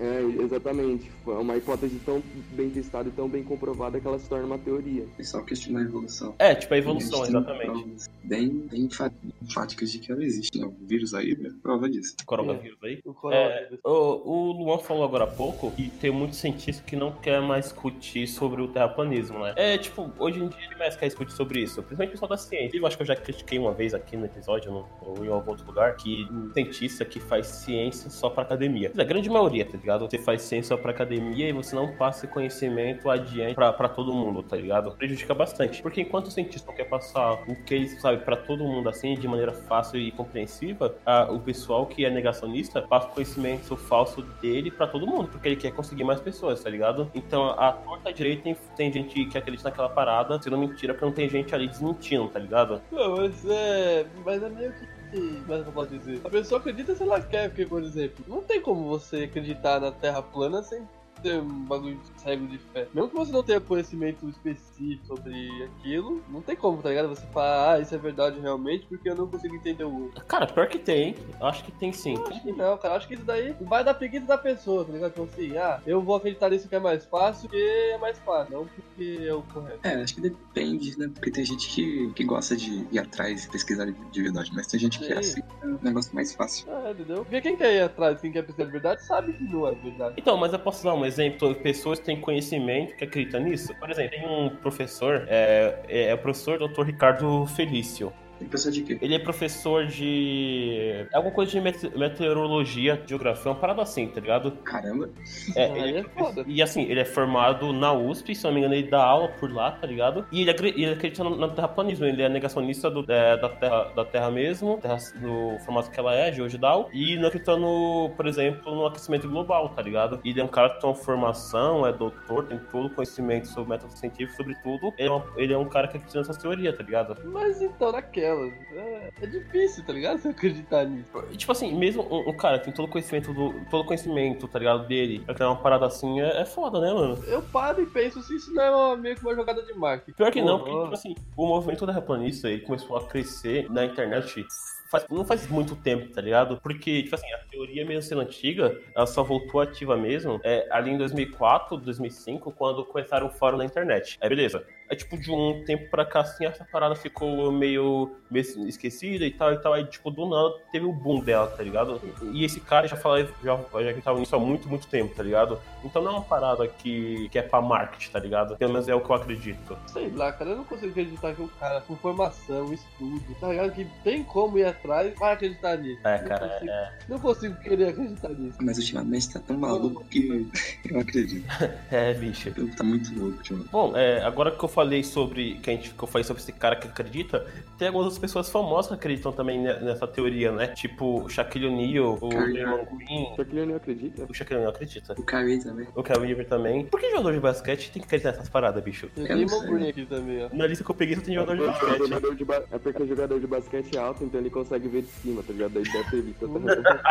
[SPEAKER 7] É, exatamente. É uma hipótese tão bem testada e tão bem comprovada que ela se torna uma teoria.
[SPEAKER 4] É só questionar a evolução.
[SPEAKER 1] é, tipo a evolução,
[SPEAKER 4] A gente tem
[SPEAKER 1] exatamente.
[SPEAKER 4] provas Bem, bem enfa- enfáticas de que ela existe, né? O vírus aí é prova disso.
[SPEAKER 1] Coronavírus aí.
[SPEAKER 2] O
[SPEAKER 1] É,
[SPEAKER 2] coronavírus.
[SPEAKER 1] o, o Luan falou agora há pouco que tem muito cientista que não quer mais discutir sobre o terraplanismo, né? É, tipo, hoje em dia ele mais quer discutir sobre isso, principalmente o pessoal da ciência. Eu acho que eu já critiquei uma vez aqui no episódio, no- ou em algum outro lugar, que um cientista que faz ciência só pra academia. A grande maioria, tá ligado? Você faz ciência só pra academia e você não passa esse conhecimento adiante pra, pra todo mundo, tá ligado? Prejudica bastante. Porque enquanto o cientista não quer passar o que ele sabe pra todo mundo assim, de maneira fácil e compreensiva, a- o pessoal que é negacionista passa o conhecimento falso dele pra todo mundo, porque ele quer conseguir mais pessoas, tá ligado? Então a torta direita tem, tem gente que acredita naquela parada, se não mentira, porque não tem gente ali desmentindo, tá ligado?
[SPEAKER 2] Não, mas é. Mas é meio que. que- Mas eu posso dizer. A pessoa acredita se ela quer, porque, por exemplo, não tem como você acreditar na Terra plana sem ter um bagulho de cego de fé. Mesmo que você não tenha conhecimento específico sobre aquilo, não tem como, tá ligado? Você falar, ah, isso é verdade realmente, porque eu não consigo entender o outro.
[SPEAKER 1] Cara, pior que tem, hein? Acho que tem sim.
[SPEAKER 2] Acho que não, cara. Acho que isso daí vai da preguiça da pessoa, tá ligado? Então, assim, ah, eu vou acreditar nisso que é mais fácil, porque é mais fácil, não porque é o correto.
[SPEAKER 4] É, acho que depende, né? Porque tem gente que, que gosta de ir atrás e pesquisar de, de verdade, mas tem gente que
[SPEAKER 2] Sim.
[SPEAKER 4] aceita o negócio mais fácil.
[SPEAKER 2] Ah, entendeu? Porque quem quer ir atrás, quem quer pensar de verdade, sabe que não é verdade.
[SPEAKER 1] Então, mas eu posso dar um exemplo. Pessoas que têm conhecimento que acreditam nisso. Por exemplo, tem um professor, é, é, é o professor Dr. Ricardo Felício.
[SPEAKER 4] Tem pessoa de quê?
[SPEAKER 1] Ele é professor de. é alguma coisa de mete- meteorologia, geografia, uma parada assim, tá ligado?
[SPEAKER 4] Caramba,
[SPEAKER 1] É,
[SPEAKER 2] Ah,
[SPEAKER 1] ele
[SPEAKER 2] aí
[SPEAKER 1] é
[SPEAKER 2] é foda.
[SPEAKER 1] E assim, ele é formado na USP, se não me engano, ele dá aula por lá, tá ligado? E ele, acre- ele acredita no, no terraplanismo, ele é negacionista do- é, da, terra, da Terra mesmo, terra, do formato que ela é, geodial, e não acredita no, por exemplo, no aquecimento global, tá ligado? E ele é um cara que tem uma formação, é doutor, tem todo conhecimento sobre método científico, sobre tudo. Ele é, uma- ele é um cara que acredita nessa teoria, tá ligado?
[SPEAKER 2] Mas então, naquelas. É, é difícil, tá ligado? Você acreditar nisso.
[SPEAKER 1] Tipo assim, mesmo um, um cara que tem todo conhecimento do, todo conhecimento, tá ligado, dele, pra criar uma parada assim, é- é foda, né, mano?
[SPEAKER 2] Tipo, Eu paro e penso se isso não é uma, meio que uma jogada de marketing.
[SPEAKER 1] Pior que não, porque,
[SPEAKER 2] Porra.
[SPEAKER 1] tipo assim, o movimento terraplanista ele começou a crescer na internet faz- não faz muito tempo, tá ligado? Porque, tipo assim, a teoria mesmo sendo antiga, ela só voltou ativa mesmo é, ali em 2004, 2005, quando começaram o fórum na internet. Aí, beleza. Aí, tipo, de um tempo pra cá, assim, essa parada ficou meio, meio esquecida e tal e tal. Aí, tipo, do nada teve o boom dela, tá ligado? E esse cara já falava, já, já gritava nisso há muito, muito tempo, tá ligado? Então não é uma parada que, que é pra marketing, tá ligado? Pelo menos é o que eu acredito.
[SPEAKER 2] Sei lá, cara, eu não consigo acreditar que um cara com formação, estudo, tá ligado? Que tem como ir atrás, vai acreditar nisso.
[SPEAKER 1] É,
[SPEAKER 2] Não
[SPEAKER 1] cara,
[SPEAKER 2] consigo- Não consigo querer acreditar nisso.
[SPEAKER 4] mas ultimamente tá tão maluco que [LAUGHS] eu acredito.
[SPEAKER 1] É, bicho.
[SPEAKER 4] Eu- Tá muito louco, tipo.
[SPEAKER 1] Bom, é, agora que eu falei sobre. Que, a gente, que eu falei sobre esse cara que acredita, tem algumas outras pessoas famosas que acreditam também ne- nessa teoria, né? Tipo o Shaquille O'Neal, o
[SPEAKER 4] Cara,
[SPEAKER 1] Draymond Green.
[SPEAKER 7] Só que ele não acredita.
[SPEAKER 1] O Shaquille O'Neal acredita.
[SPEAKER 4] O Kyrie também.
[SPEAKER 1] O Kevin Weaver também. Por que jogador de basquete tem que acreditar nessas paradas, bicho?
[SPEAKER 2] Tem
[SPEAKER 4] Eu não
[SPEAKER 2] Damon
[SPEAKER 4] sei.
[SPEAKER 2] Green aqui também, ó.
[SPEAKER 1] Na lista que eu peguei só tem jogador de
[SPEAKER 7] É Porque o
[SPEAKER 1] basquete.
[SPEAKER 7] jogador de ba- É porque o jogador de basquete é alto, então ele consegue ver de cima, tá ligado? Daí deve ter visto. [LAUGHS]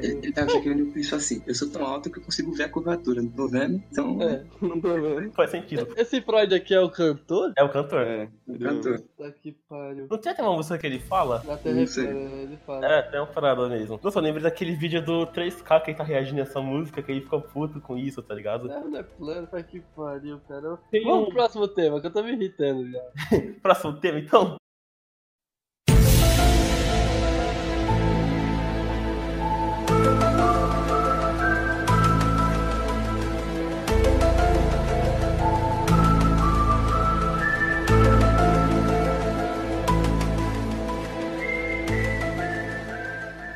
[SPEAKER 4] Ele ele tava chegando e pensou assim: eu sou tão alto que eu consigo ver a curvatura, não tô vendo, então.
[SPEAKER 2] É.
[SPEAKER 7] Não tô vendo.
[SPEAKER 1] Faz sentido.
[SPEAKER 2] Esse Freud aqui é o cantor?
[SPEAKER 1] É o cantor.
[SPEAKER 7] É,
[SPEAKER 4] cantor.
[SPEAKER 2] Tá que pariu.
[SPEAKER 1] Não tem até uma música que ele fala?
[SPEAKER 2] Na
[SPEAKER 4] Não
[SPEAKER 2] terra
[SPEAKER 4] sei.
[SPEAKER 2] plana, né, ele fala.
[SPEAKER 1] É, tem uma parada mesmo. Nossa, eu lembro daquele vídeo do 3K que ele tá reagindo a essa música, que ele fica puto com isso, tá ligado?
[SPEAKER 2] Não, não é plano, tá que pariu, cara.
[SPEAKER 1] Tem
[SPEAKER 2] Vamos
[SPEAKER 1] um-
[SPEAKER 2] pro próximo tema, que eu tô me irritando já.
[SPEAKER 1] Próximo tema, então?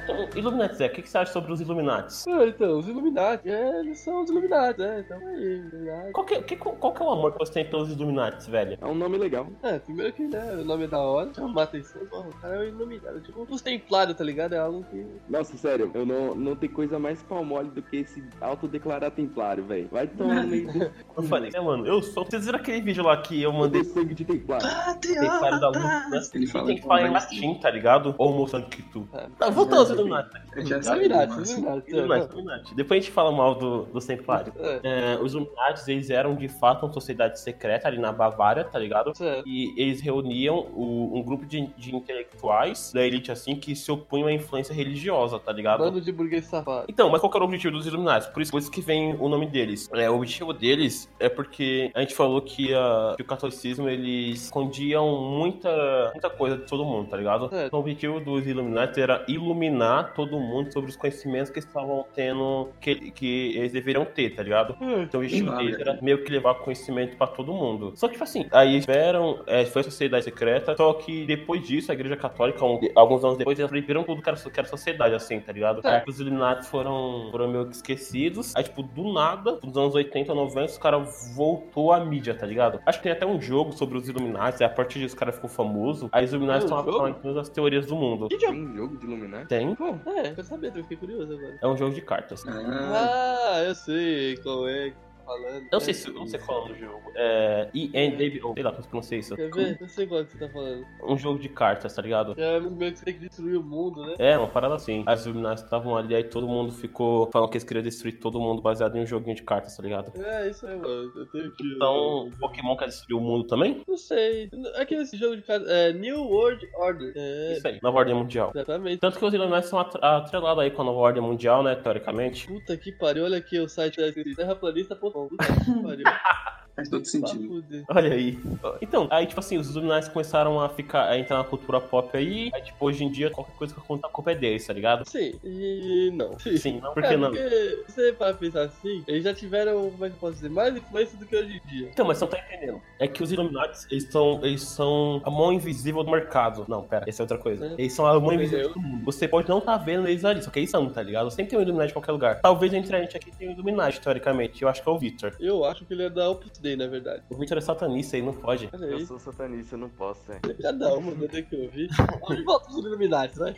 [SPEAKER 1] Então, Illuminati, Zé, o que, que você acha sobre os Illuminati?
[SPEAKER 2] Ah, então, os Illuminati, é, eles são os Illuminati, é, então aí, Illuminati.
[SPEAKER 1] Qual que, que- qual que é o amor que você tem pelos Illuminati, velho?
[SPEAKER 7] É um nome legal.
[SPEAKER 2] É, primeiro que, né, o nome é da hora, chama a atenção, porra, o cara é um iluminado, tipo, os templários, tá ligado? É algo que...
[SPEAKER 7] Nossa, sério, eu não, não tem coisa mais palmole do que esse autodeclarar templário, velho. Vai tomar no meio do
[SPEAKER 1] Eu falei, né, mano? Eu sou. Vocês viram aquele vídeo lá que eu mandei
[SPEAKER 7] do sangue de templário.
[SPEAKER 1] Templário da Luz, né?
[SPEAKER 4] Ele fala
[SPEAKER 1] Tem que
[SPEAKER 4] tipo,
[SPEAKER 1] falar em
[SPEAKER 4] mas-
[SPEAKER 1] latim, tá ligado? Ou Sanctu.
[SPEAKER 2] Ah,
[SPEAKER 1] Tá, voltando aos Illuminati. né?
[SPEAKER 4] Eu já
[SPEAKER 2] São
[SPEAKER 4] sabia.
[SPEAKER 1] é
[SPEAKER 2] Illuminati,
[SPEAKER 4] mas-
[SPEAKER 2] Illuminati,
[SPEAKER 1] Illuminati,
[SPEAKER 2] Illuminati.
[SPEAKER 1] Illuminati. Depois a gente fala mal do, do Templário.
[SPEAKER 2] É,
[SPEAKER 1] É, os Illuminati, eles eram de fato uma sociedade secreta ali na Bavária, tá ligado?
[SPEAKER 2] certo.
[SPEAKER 1] E eles reuniam o- um grupo de, de intelectuais da elite, assim, que se opunham à influência religiosa, tá ligado?
[SPEAKER 2] Bando de burguês safado.
[SPEAKER 1] Então, mas qual que era o objetivo dos Illuminati? Por isso, por isso que vem o nome deles. É, o objetivo deles é porque a gente falou que, a- que o catolicismo eles escondiam muita, muita coisa de todo mundo, tá ligado?
[SPEAKER 2] É.
[SPEAKER 1] Então, o objetivo dos Illuminati era iluminar todo mundo sobre os conhecimentos que eles estavam tendo, que, que eles deveriam ter, tá ligado?
[SPEAKER 2] Hum,
[SPEAKER 1] Então, o objetivo
[SPEAKER 4] Legal,
[SPEAKER 1] deles
[SPEAKER 4] velho.
[SPEAKER 1] era meio que levar conhecimento pra todo mundo. Só que, tipo assim, aí tiveram, é, foi a sociedade secreta, só que depois disso, a igreja católica, um- alguns anos depois, eles proibiram tudo que era, so- que era sociedade, assim, tá ligado?
[SPEAKER 2] Tá.
[SPEAKER 1] Aí os Illuminati foram, foram meio que esquecidos. Aí, tipo, do nada, nos anos 80, 90, os caras voltou à mídia, tá ligado? Acho que tem até um jogo sobre os Illuminati, e a partir disso o cara ficou famoso. Aí os Illuminati
[SPEAKER 2] Tem um
[SPEAKER 1] estão
[SPEAKER 2] jogo?
[SPEAKER 1] aprendendo as teorias do mundo.
[SPEAKER 2] Que jogo?
[SPEAKER 3] Tem um jogo de Illuminati?
[SPEAKER 1] Tem,
[SPEAKER 7] Bom,
[SPEAKER 2] É, quero saber, eu fiquei curioso agora.
[SPEAKER 1] é um jogo de cartas.
[SPEAKER 4] Ah,
[SPEAKER 2] Ah, eu sei qual é que tá falando.
[SPEAKER 1] Eu não sei se eu não sei qual é o nome do jogo. É. E.N. ou sei lá como se pronuncia isso.
[SPEAKER 2] Quer ver? Eu sei qual que você tá falando.
[SPEAKER 1] Um jogo de cartas, tá ligado?
[SPEAKER 2] É um meio que você tem que destruir o mundo, né?
[SPEAKER 1] É, uma parada assim. As Illuminati estavam ali, aí todo mundo ficou falando que eles queriam destruir todo mundo baseado em um joguinho de cartas, tá ligado?
[SPEAKER 2] É, isso aí, mano. Eu tenho que.
[SPEAKER 1] Então, Pokémon quer destruir o mundo também?
[SPEAKER 2] Não sei. Aqui nesse jogo de casa. É New World Order. É.
[SPEAKER 1] Isso aí, nova ordem mundial.
[SPEAKER 2] Exatamente.
[SPEAKER 1] Tanto que os Illuminati são atre- atrelados aí com a nova ordem mundial, né, teoricamente.
[SPEAKER 2] Puta que pariu, olha aqui o site da terraplanista.com. Puta que pariu. Tá
[SPEAKER 4] faz todo sentido.
[SPEAKER 2] fuder.
[SPEAKER 1] Olha aí. Então, aí, tipo assim, os Illuminati começaram a ficar, a entrar na cultura pop aí. Aí, tipo, hoje em dia, qualquer coisa que acontece, a culpa é deles, tá ligado?
[SPEAKER 2] Sim, e não.
[SPEAKER 1] Sim, não, por que
[SPEAKER 2] É,
[SPEAKER 1] não?
[SPEAKER 2] Porque, se você para pensar assim, eles já tiveram, como é que eu posso dizer, mais influência do que hoje em dia.
[SPEAKER 1] Então, mas você não tá entendendo. É que os Illuminati, eles são, eles são a mão invisível do mercado. Não, pera, essa é outra coisa. Eles são a mão invisível do mundo. Você pode não tá vendo eles ali, só que eles são, tá ligado? Sempre tem um Illuminati em qualquer lugar. Talvez entre a gente aqui tenha um Illuminati, teoricamente. Eu acho que é o Victor.
[SPEAKER 2] Eu acho que ele é da Opus Dei, na verdade.
[SPEAKER 1] O Victor é satanista, ele não pode.
[SPEAKER 2] Olha
[SPEAKER 3] Eu
[SPEAKER 2] aí,
[SPEAKER 3] sou satanista, eu não posso, é.
[SPEAKER 2] cada uma eu tenho que [LAUGHS] ouvir. Vamos de volta pros Illuminati, [LAUGHS] vai.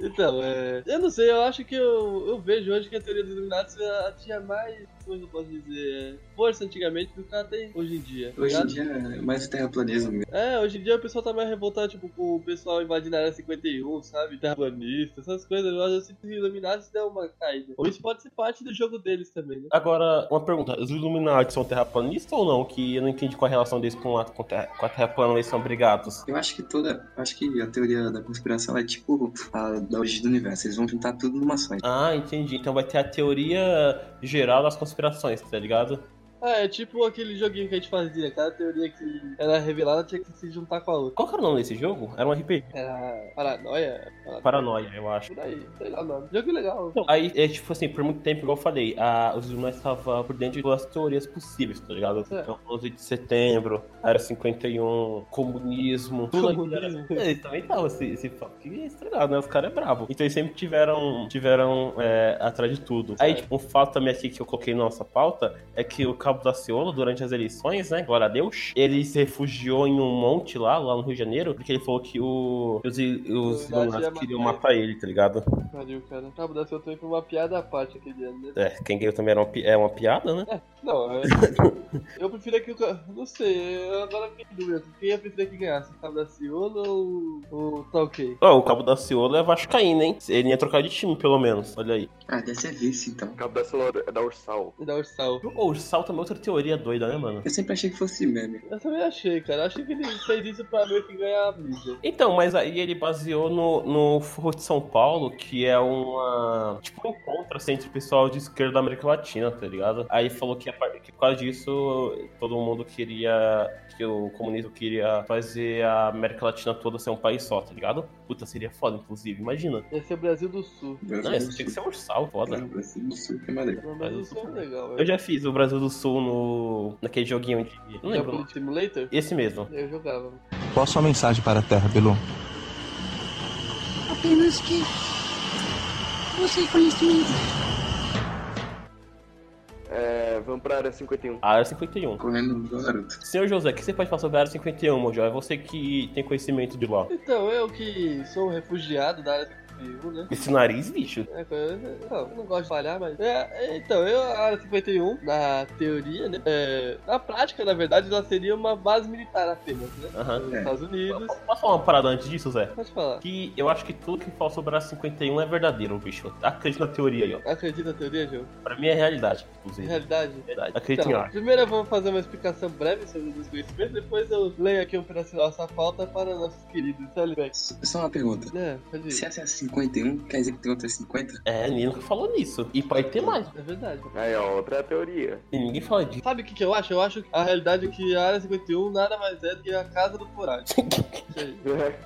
[SPEAKER 2] Então, é. Eu não sei, eu acho que eu, eu vejo hoje que a teoria dos Illuminati ela tinha mais, como é que eu posso dizer, força antigamente do que ela tem hoje em dia. tá
[SPEAKER 4] Hoje em
[SPEAKER 2] ligado?
[SPEAKER 4] dia é mais o terraplanismo mesmo.
[SPEAKER 2] É, hoje em dia o pessoal tá mais revoltado, tipo, com o pessoal invadindo a área 51, sabe? Terraplanista, essas coisas. Mas eu sinto que os Illuminati dão uma caída. Ou isso pode ser parte do jogo deles também, né?
[SPEAKER 1] Agora, uma pergunta. Os Illuminati são terraplanistas ou não? Que eu não entendi qual a relação deles com a, com a terra, com a terra plana, eles são brigados.
[SPEAKER 4] Eu acho que toda. eu Acho que a teoria da conspiração é tipo a da origem do universo. Eles vão juntar tudo numa só.
[SPEAKER 1] Ah, entendi. Então vai ter a teoria geral das conspirações, tá ligado?
[SPEAKER 2] Ah, é tipo aquele joguinho que a gente fazia. Cada teoria que era revelada tinha que se juntar com a outra.
[SPEAKER 1] Qual que era o nome desse jogo? Era um RPG.
[SPEAKER 2] Era paranoia? Paranoia.
[SPEAKER 1] Paranoia, eu acho.
[SPEAKER 2] Por aí, sei lá o nome. Jogo legal.
[SPEAKER 1] Então, aí, é, tipo assim, por muito tempo, igual eu falei, a, os jornais estavam por dentro de todas as teorias possíveis, tá ligado?
[SPEAKER 2] É.
[SPEAKER 1] Então, 11 de setembro, era 51, comunismo, tudo aquilo era...
[SPEAKER 2] Comunismo.
[SPEAKER 1] É, Eles também estavam, esse, esse papo que é estragado, né? Os caras é bravo. Então eles sempre tiveram, tiveram é, atrás de tudo. Aí,
[SPEAKER 2] É.
[SPEAKER 1] tipo, um fato também aqui que eu coloquei na nossa pauta é que o Cabo da Ciolo, durante as eleições, né? Glória a Deus, ele se refugiou em um monte lá, lá no Rio de Janeiro, porque ele falou que o, os, os
[SPEAKER 2] Verdade, é ia
[SPEAKER 1] Illuminati
[SPEAKER 2] matar
[SPEAKER 1] queriam
[SPEAKER 2] ele.
[SPEAKER 1] matar ele, tá ligado?
[SPEAKER 2] Pariu, cara. Cabo da Seu Tempo foi uma piada à parte aquele ano, né?
[SPEAKER 1] É, quem ganhou também era uma, pi- é uma piada, né?
[SPEAKER 2] Não,
[SPEAKER 1] [LAUGHS]
[SPEAKER 2] é... eu prefiro que o. ca- Não sei, eu agora fiquei em dúvida. Quem ia preferir que ganhasse? O Cabo da Ciolo ou tá o Talkei?
[SPEAKER 1] Ó, o Cabo da Ciolo é Vascaína, hein? Ele ia trocar de time, pelo menos. Olha aí.
[SPEAKER 4] Ah, deve ser vice então.
[SPEAKER 3] O cabo da celular é da Ursal.
[SPEAKER 2] E da Ursal.
[SPEAKER 1] O Ursal também é outra teoria doida, né, mano?
[SPEAKER 4] Eu sempre achei que fosse meme.
[SPEAKER 2] Eu também achei, cara. Eu Achei que ele fez isso pra meio que ganhar a mídia.
[SPEAKER 1] Então, mas aí ele baseou no, no Forro de São Paulo, que é uma. Tipo, um encontro assim, entre o pessoal de esquerda da América Latina, tá ligado? Aí falou que, a par- que por causa disso, todo mundo queria. Que o comunismo queria fazer a América Latina toda ser um país só, tá ligado? Puta, seria foda, inclusive, imagina.
[SPEAKER 2] Esse é o Brasil do Sul.
[SPEAKER 1] Não, isso tinha que ser um Ursal, foda.
[SPEAKER 4] Não, Brasil do Sul que é maneiro.
[SPEAKER 2] Pelo menos isso é legal,
[SPEAKER 1] né? Eu já fiz o Brasil do Sul no. naquele joguinho de. Não lembro. o nome.
[SPEAKER 2] Jogo Simulator?
[SPEAKER 1] Esse mesmo.
[SPEAKER 2] Eu jogava.
[SPEAKER 8] Qual a sua mensagem para a Terra, Belu?
[SPEAKER 9] Apenas que
[SPEAKER 8] você conhecimento.
[SPEAKER 3] É, vamos pra área 51.
[SPEAKER 1] A área 51.
[SPEAKER 4] Correndo igual Naruto.
[SPEAKER 1] Senhor José, o que você pode falar sobre a área 51, Mojo? É você que tem conhecimento de lá.
[SPEAKER 2] Então, eu que sou um refugiado da área 51, né?
[SPEAKER 1] Esse nariz, bicho.
[SPEAKER 2] É, coisa- não, eu não gosto de falhar, mas. É, então, eu, a área 51, na teoria, né? é, na prática, na verdade, ela seria uma base militar apenas, né?
[SPEAKER 1] Aham.
[SPEAKER 2] Dos
[SPEAKER 4] É.
[SPEAKER 2] Estados Unidos.
[SPEAKER 1] Posso falar uma parada antes disso, Zé?
[SPEAKER 2] Pode falar.
[SPEAKER 1] Que eu acho que tudo que fala sobre a área 51 é verdadeiro, bicho. Acredito na teoria aí, ó.
[SPEAKER 2] Acredita na teoria, Gil?
[SPEAKER 1] Pra mim é realidade, inclusive.
[SPEAKER 2] Realidade?
[SPEAKER 1] Verdade. Acredito em
[SPEAKER 2] Então,
[SPEAKER 1] arte.
[SPEAKER 2] primeiro eu vou fazer uma explicação breve sobre os meus conhecimentos, depois eu leio aqui um pedaço da nossa pauta para nossos queridos telebacks.
[SPEAKER 4] Só uma pergunta.
[SPEAKER 2] É, pode
[SPEAKER 4] Se
[SPEAKER 2] ir.
[SPEAKER 4] essa é a 51, quer dizer que tem outra 50?
[SPEAKER 1] É, ninguém nunca falou nisso. E pode ter mais.
[SPEAKER 2] É verdade.
[SPEAKER 3] Aí, ó, outra teoria. [LAUGHS]
[SPEAKER 1] E ninguém fala disso.
[SPEAKER 2] Sabe o que, que eu acho? Eu acho que a realidade é que a área 51 nada mais é do que a casa do coragem. Isso aí.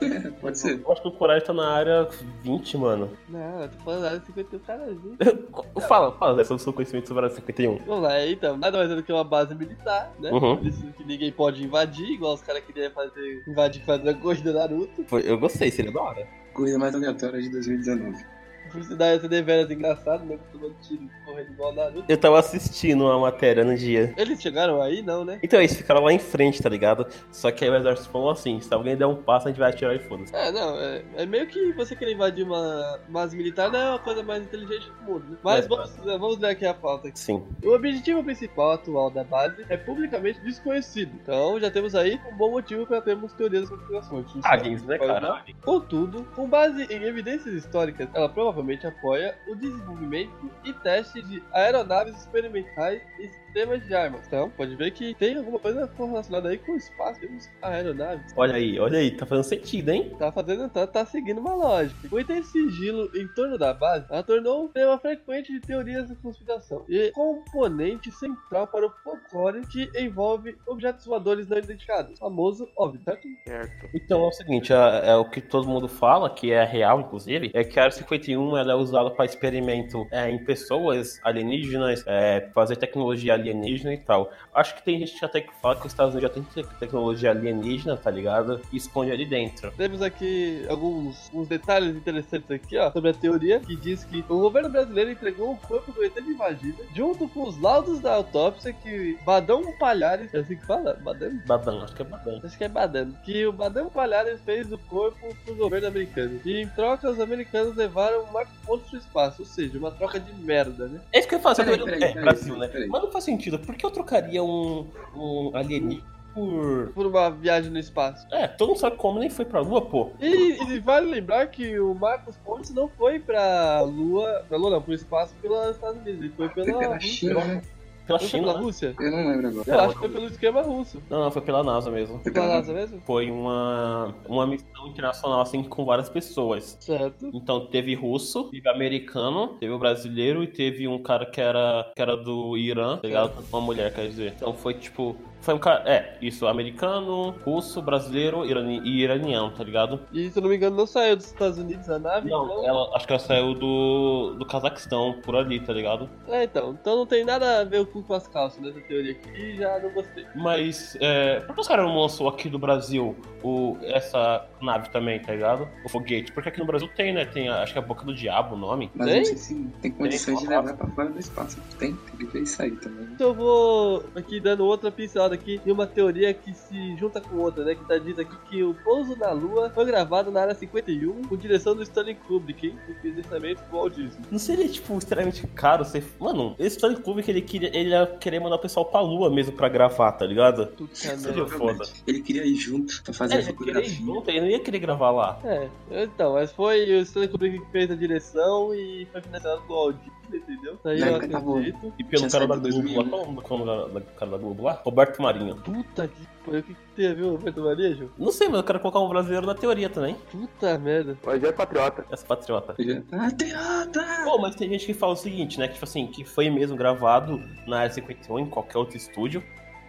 [SPEAKER 4] É, pode ser.
[SPEAKER 1] Eu acho que o Coragem tá na área 20, mano. [LAUGHS]
[SPEAKER 2] Não, eu tô falando da área 51, cara. gente.
[SPEAKER 1] Fala, fala Zé, sobre o seu conhecimento sobre a área 51.
[SPEAKER 2] Vamos lá, então. Nada mais é do que uma base militar, né?
[SPEAKER 1] Uhum.
[SPEAKER 2] Por isso que ninguém pode invadir, igual os caras queriam fazer, invadir fazer a coisa do Naruto.
[SPEAKER 1] Foi- Eu gostei, seria da hora.
[SPEAKER 4] Corrida mais aleatória de 2019.
[SPEAKER 2] Por isso daí essa deveras engraçado, né? Tomando tiro, correndo igual o Naruto.
[SPEAKER 1] Eu tava assistindo uma matéria no dia.
[SPEAKER 2] Eles chegaram aí, não, né?
[SPEAKER 1] Então eles ficaram lá em frente, tá ligado? Só que aí o exército falou assim: se alguém der um passo, a gente vai atirar e foda-se.
[SPEAKER 2] É, não, é, é meio que você querer invadir uma base militar não é uma coisa mais inteligente do mundo. né? Mas
[SPEAKER 1] É.
[SPEAKER 2] vamos, vamos ler aqui a pauta.
[SPEAKER 1] Sim.
[SPEAKER 2] O objetivo principal atual da base é publicamente desconhecido. Então já temos aí um bom motivo para termos teorias das conspirações.
[SPEAKER 1] Ah, games, né, cara?
[SPEAKER 2] Contudo, com base em evidências históricas, ela provavelmente apoia o desenvolvimento e teste de aeronaves experimentais e sistemas de armas. Então, pode ver que tem alguma coisa correlacionada aí com o espaço, temos aeronaves.
[SPEAKER 1] Olha aí, olha aí, tá fazendo sentido, hein?
[SPEAKER 2] Tá fazendo, tá, tá seguindo uma lógica. O item sigilo em torno da base a tornou um tema frequente de teorias de conspiração e componente central para o folclore que envolve objetos voadores não identificados, famoso óbvio, certo?
[SPEAKER 3] Certo.
[SPEAKER 1] Então é o seguinte: é, é o que todo mundo fala, que é real, inclusive, é que a Área 51 ela é usada pra experimento é, em pessoas alienígenas, é, fazer tecnologia alienígena e tal. Acho que tem gente que até que fala que os Estados Unidos já tem te- tecnologia alienígena, tá ligado? E esconde ali dentro.
[SPEAKER 2] Temos aqui alguns uns detalhes interessantes aqui, ó, sobre a teoria que diz que o governo brasileiro entregou o corpo do ET de Varginha junto com os laudos da autópsia que Badão Palhares, é assim que fala? Badão
[SPEAKER 1] Badan, acho que é Badan.
[SPEAKER 2] Acho que é Badano. Que o Badano Palhares fez o corpo pro governo americano. E em troca, os americanos levaram o Max Pontes pro espaço. Ou seja, uma troca de merda, né?
[SPEAKER 1] É isso que eu faço.
[SPEAKER 4] Peraí,
[SPEAKER 1] eu-
[SPEAKER 4] peraí,
[SPEAKER 1] é,
[SPEAKER 4] peraí,
[SPEAKER 1] Brasil, né?
[SPEAKER 4] peraí.
[SPEAKER 1] Mas não faz sentido. Por que eu trocaria um, um alienígena por.
[SPEAKER 2] Por uma viagem no espaço.
[SPEAKER 1] É, todo mundo sabe como nem foi pra lua, pô.
[SPEAKER 2] E, e vale lembrar que o Marcos Pontes não foi pra Lua. Pra Lua não, pro espaço pelos Estados Unidos. Ele foi
[SPEAKER 4] Foi
[SPEAKER 2] pela,
[SPEAKER 4] pela
[SPEAKER 2] Rússia.
[SPEAKER 4] China, né?
[SPEAKER 1] Pela
[SPEAKER 2] Foi pela
[SPEAKER 1] China. né?
[SPEAKER 2] Rússia?
[SPEAKER 4] Eu não lembro agora.
[SPEAKER 2] Eu acho que foi pelo esquema russo.
[SPEAKER 1] Não, não, foi pela NASA mesmo.
[SPEAKER 4] Foi
[SPEAKER 2] Pela
[SPEAKER 4] pela-
[SPEAKER 2] NASA mesmo?
[SPEAKER 1] Foi uma, uma missão internacional, assim, com várias pessoas.
[SPEAKER 2] Certo.
[SPEAKER 1] Então teve russo, teve americano, teve o brasileiro e teve um cara que era, que era do Irã, tá ligado? Uma mulher, quer dizer. Então foi tipo. Foi um cara. É, isso, americano, russo, brasileiro irani, e iraniano, tá ligado?
[SPEAKER 2] E se eu não me engano, não saiu dos Estados Unidos a nave. então-
[SPEAKER 1] Não, é. ela acho que ela saiu do. do Cazaquistão, por ali, tá ligado?
[SPEAKER 2] É, então. Então não tem nada a ver o cu com as calças nessa teoria aqui. E já não gostei.
[SPEAKER 1] Mas é, por que os caras não lançou aqui do Brasil o, essa nave também, tá ligado? O foguete. Porque aqui no Brasil tem, né? Tem a- acho que é a boca do diabo o nome.
[SPEAKER 4] Mas é-
[SPEAKER 2] Tem?
[SPEAKER 4] não sei se tem condições de levar pra fora do espaço. Tem, tem que ver isso aí também. né?
[SPEAKER 2] Então eu vou aqui dando outra pincelada aqui de uma teoria que se junta com outra, né? Que tá dito aqui que o pouso na Lua foi gravado na área 51 com direção do Stanley Kubrick, hein? O financiamento do Walt Disney.
[SPEAKER 1] Não seria, tipo, extremamente caro você. Mano, esse Stanley Kubrick, ele queria ele ia querer mandar o pessoal pra lua mesmo pra gravar, tá ligado?
[SPEAKER 4] É,
[SPEAKER 2] Puta
[SPEAKER 1] Seria
[SPEAKER 2] merda.
[SPEAKER 1] foda.
[SPEAKER 4] Ele queria ir junto pra fazer
[SPEAKER 1] É,
[SPEAKER 4] a
[SPEAKER 1] ele queria ir
[SPEAKER 4] fotografia.
[SPEAKER 1] junto, ele não ia querer gravar lá.
[SPEAKER 2] É, então, mas foi o Stanley Kubrick que fez a direção e foi financiado do Walt Disney, entendeu? Isso aí
[SPEAKER 1] Né,
[SPEAKER 4] Não,
[SPEAKER 2] eu
[SPEAKER 4] nunca tá bom.
[SPEAKER 2] acredito.
[SPEAKER 1] E pelo
[SPEAKER 4] Tinha
[SPEAKER 1] cara da
[SPEAKER 4] saído
[SPEAKER 1] Globo
[SPEAKER 4] 2000,
[SPEAKER 1] lá, qual o nome- qual o nome da- da- cara da Globo lá? Roberto Marinho.
[SPEAKER 2] Puta que pariu, o que que tem a ver o Roberto Manejo?
[SPEAKER 1] Não sei, mas eu quero colocar um brasileiro na teoria também.
[SPEAKER 2] Puta merda.
[SPEAKER 3] Mas é patriota.
[SPEAKER 1] Essa patriota.
[SPEAKER 4] Ele- Ah, tem outra!
[SPEAKER 1] Pô, mas tem gente que fala o seguinte, né? Que, tipo assim, que foi mesmo gravado na Área 51, em qualquer outro estúdio.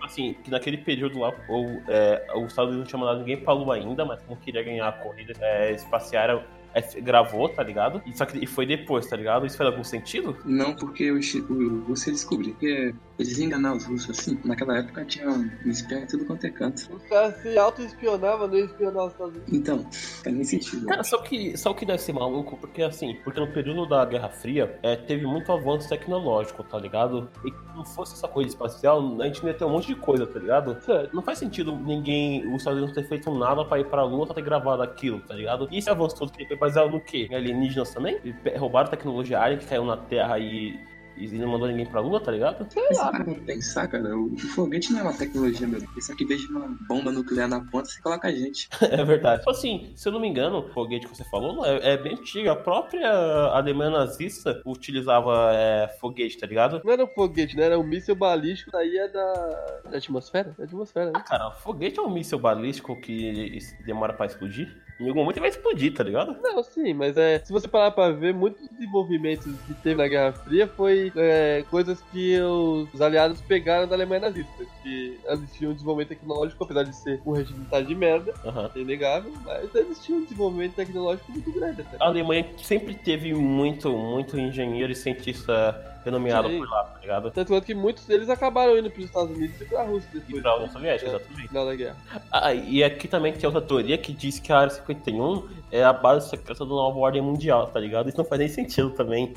[SPEAKER 1] Assim, que naquele período lá, ou, é, os Estados Unidos não tinha mandado ninguém pra Lua ainda, mas como queria ganhar a corrida é, espacial, é, gravou, tá ligado? E, só que e foi depois, tá ligado? Isso faz algum sentido?
[SPEAKER 4] Não, porque o, chi- o- você descobriu que é, eles enganavam os russos assim. Naquela época tinha um espião em tudo quanto é canto.
[SPEAKER 2] Os caras se auto-espionavam, não espionavam os Estados Unidos.
[SPEAKER 4] Então, faz nem sentido.
[SPEAKER 1] Cara, só que, só que deve ser maluco, porque assim, porque no período da Guerra Fria é, teve muito avanço tecnológico, tá ligado? E se não fosse essa coisa espacial, a gente ia ter um monte de coisa, tá ligado?
[SPEAKER 2] Sério.
[SPEAKER 1] Não faz sentido ninguém, os Estados Unidos, ter feito nada pra ir pra Lua pra ter gravado aquilo, tá ligado? E esse avanço todo que ele foi baseado no quê? Em alienígenas também? E pe- roubaram tecnologia alien que caiu na Terra e, e não mandou ninguém pra Lua, tá ligado?
[SPEAKER 4] Mas você para pra pensar, cara, o o foguete não é uma tecnologia, meu Deus. Isso aqui deixa uma bomba nuclear na ponta e você coloca a gente.
[SPEAKER 1] É verdade. Tipo assim, se eu não me engano, o foguete que você falou é, é bem antigo. A própria Alemanha nazista utilizava é, foguete, tá ligado?
[SPEAKER 2] Não era um foguete, né? Era um míssil balístico, saía da... da atmosfera? Da atmosfera, né?
[SPEAKER 1] Ah, cara, foguete é um míssil balístico que demora pra explodir. Em algum momento ele vai explodir, tá ligado?
[SPEAKER 2] Não, sim, mas é, se você parar pra ver, muitos desenvolvimentos que teve na Guerra Fria foi é, coisas que os aliados pegaram da Alemanha nazista, que existia um desenvolvimento tecnológico, apesar de ser um regime militar de merda,
[SPEAKER 1] Aham.
[SPEAKER 2] é inegável, mas existia um desenvolvimento tecnológico muito grande até.
[SPEAKER 1] A Alemanha sempre teve muito, muito engenheiro e cientista renomeado
[SPEAKER 2] Sim.
[SPEAKER 1] por lá, tá ligado?
[SPEAKER 2] Tanto quanto que muitos deles acabaram indo pros Estados Unidos e pra Rússia
[SPEAKER 1] E
[SPEAKER 2] depois.
[SPEAKER 1] pra União Soviética,
[SPEAKER 2] É.
[SPEAKER 1] exatamente.
[SPEAKER 2] Final da guerra.
[SPEAKER 1] Ah, e aqui também tem outra teoria que diz que a Área 51 é a base secreta da nova ordem mundial, tá ligado? Isso não faz nem sentido também.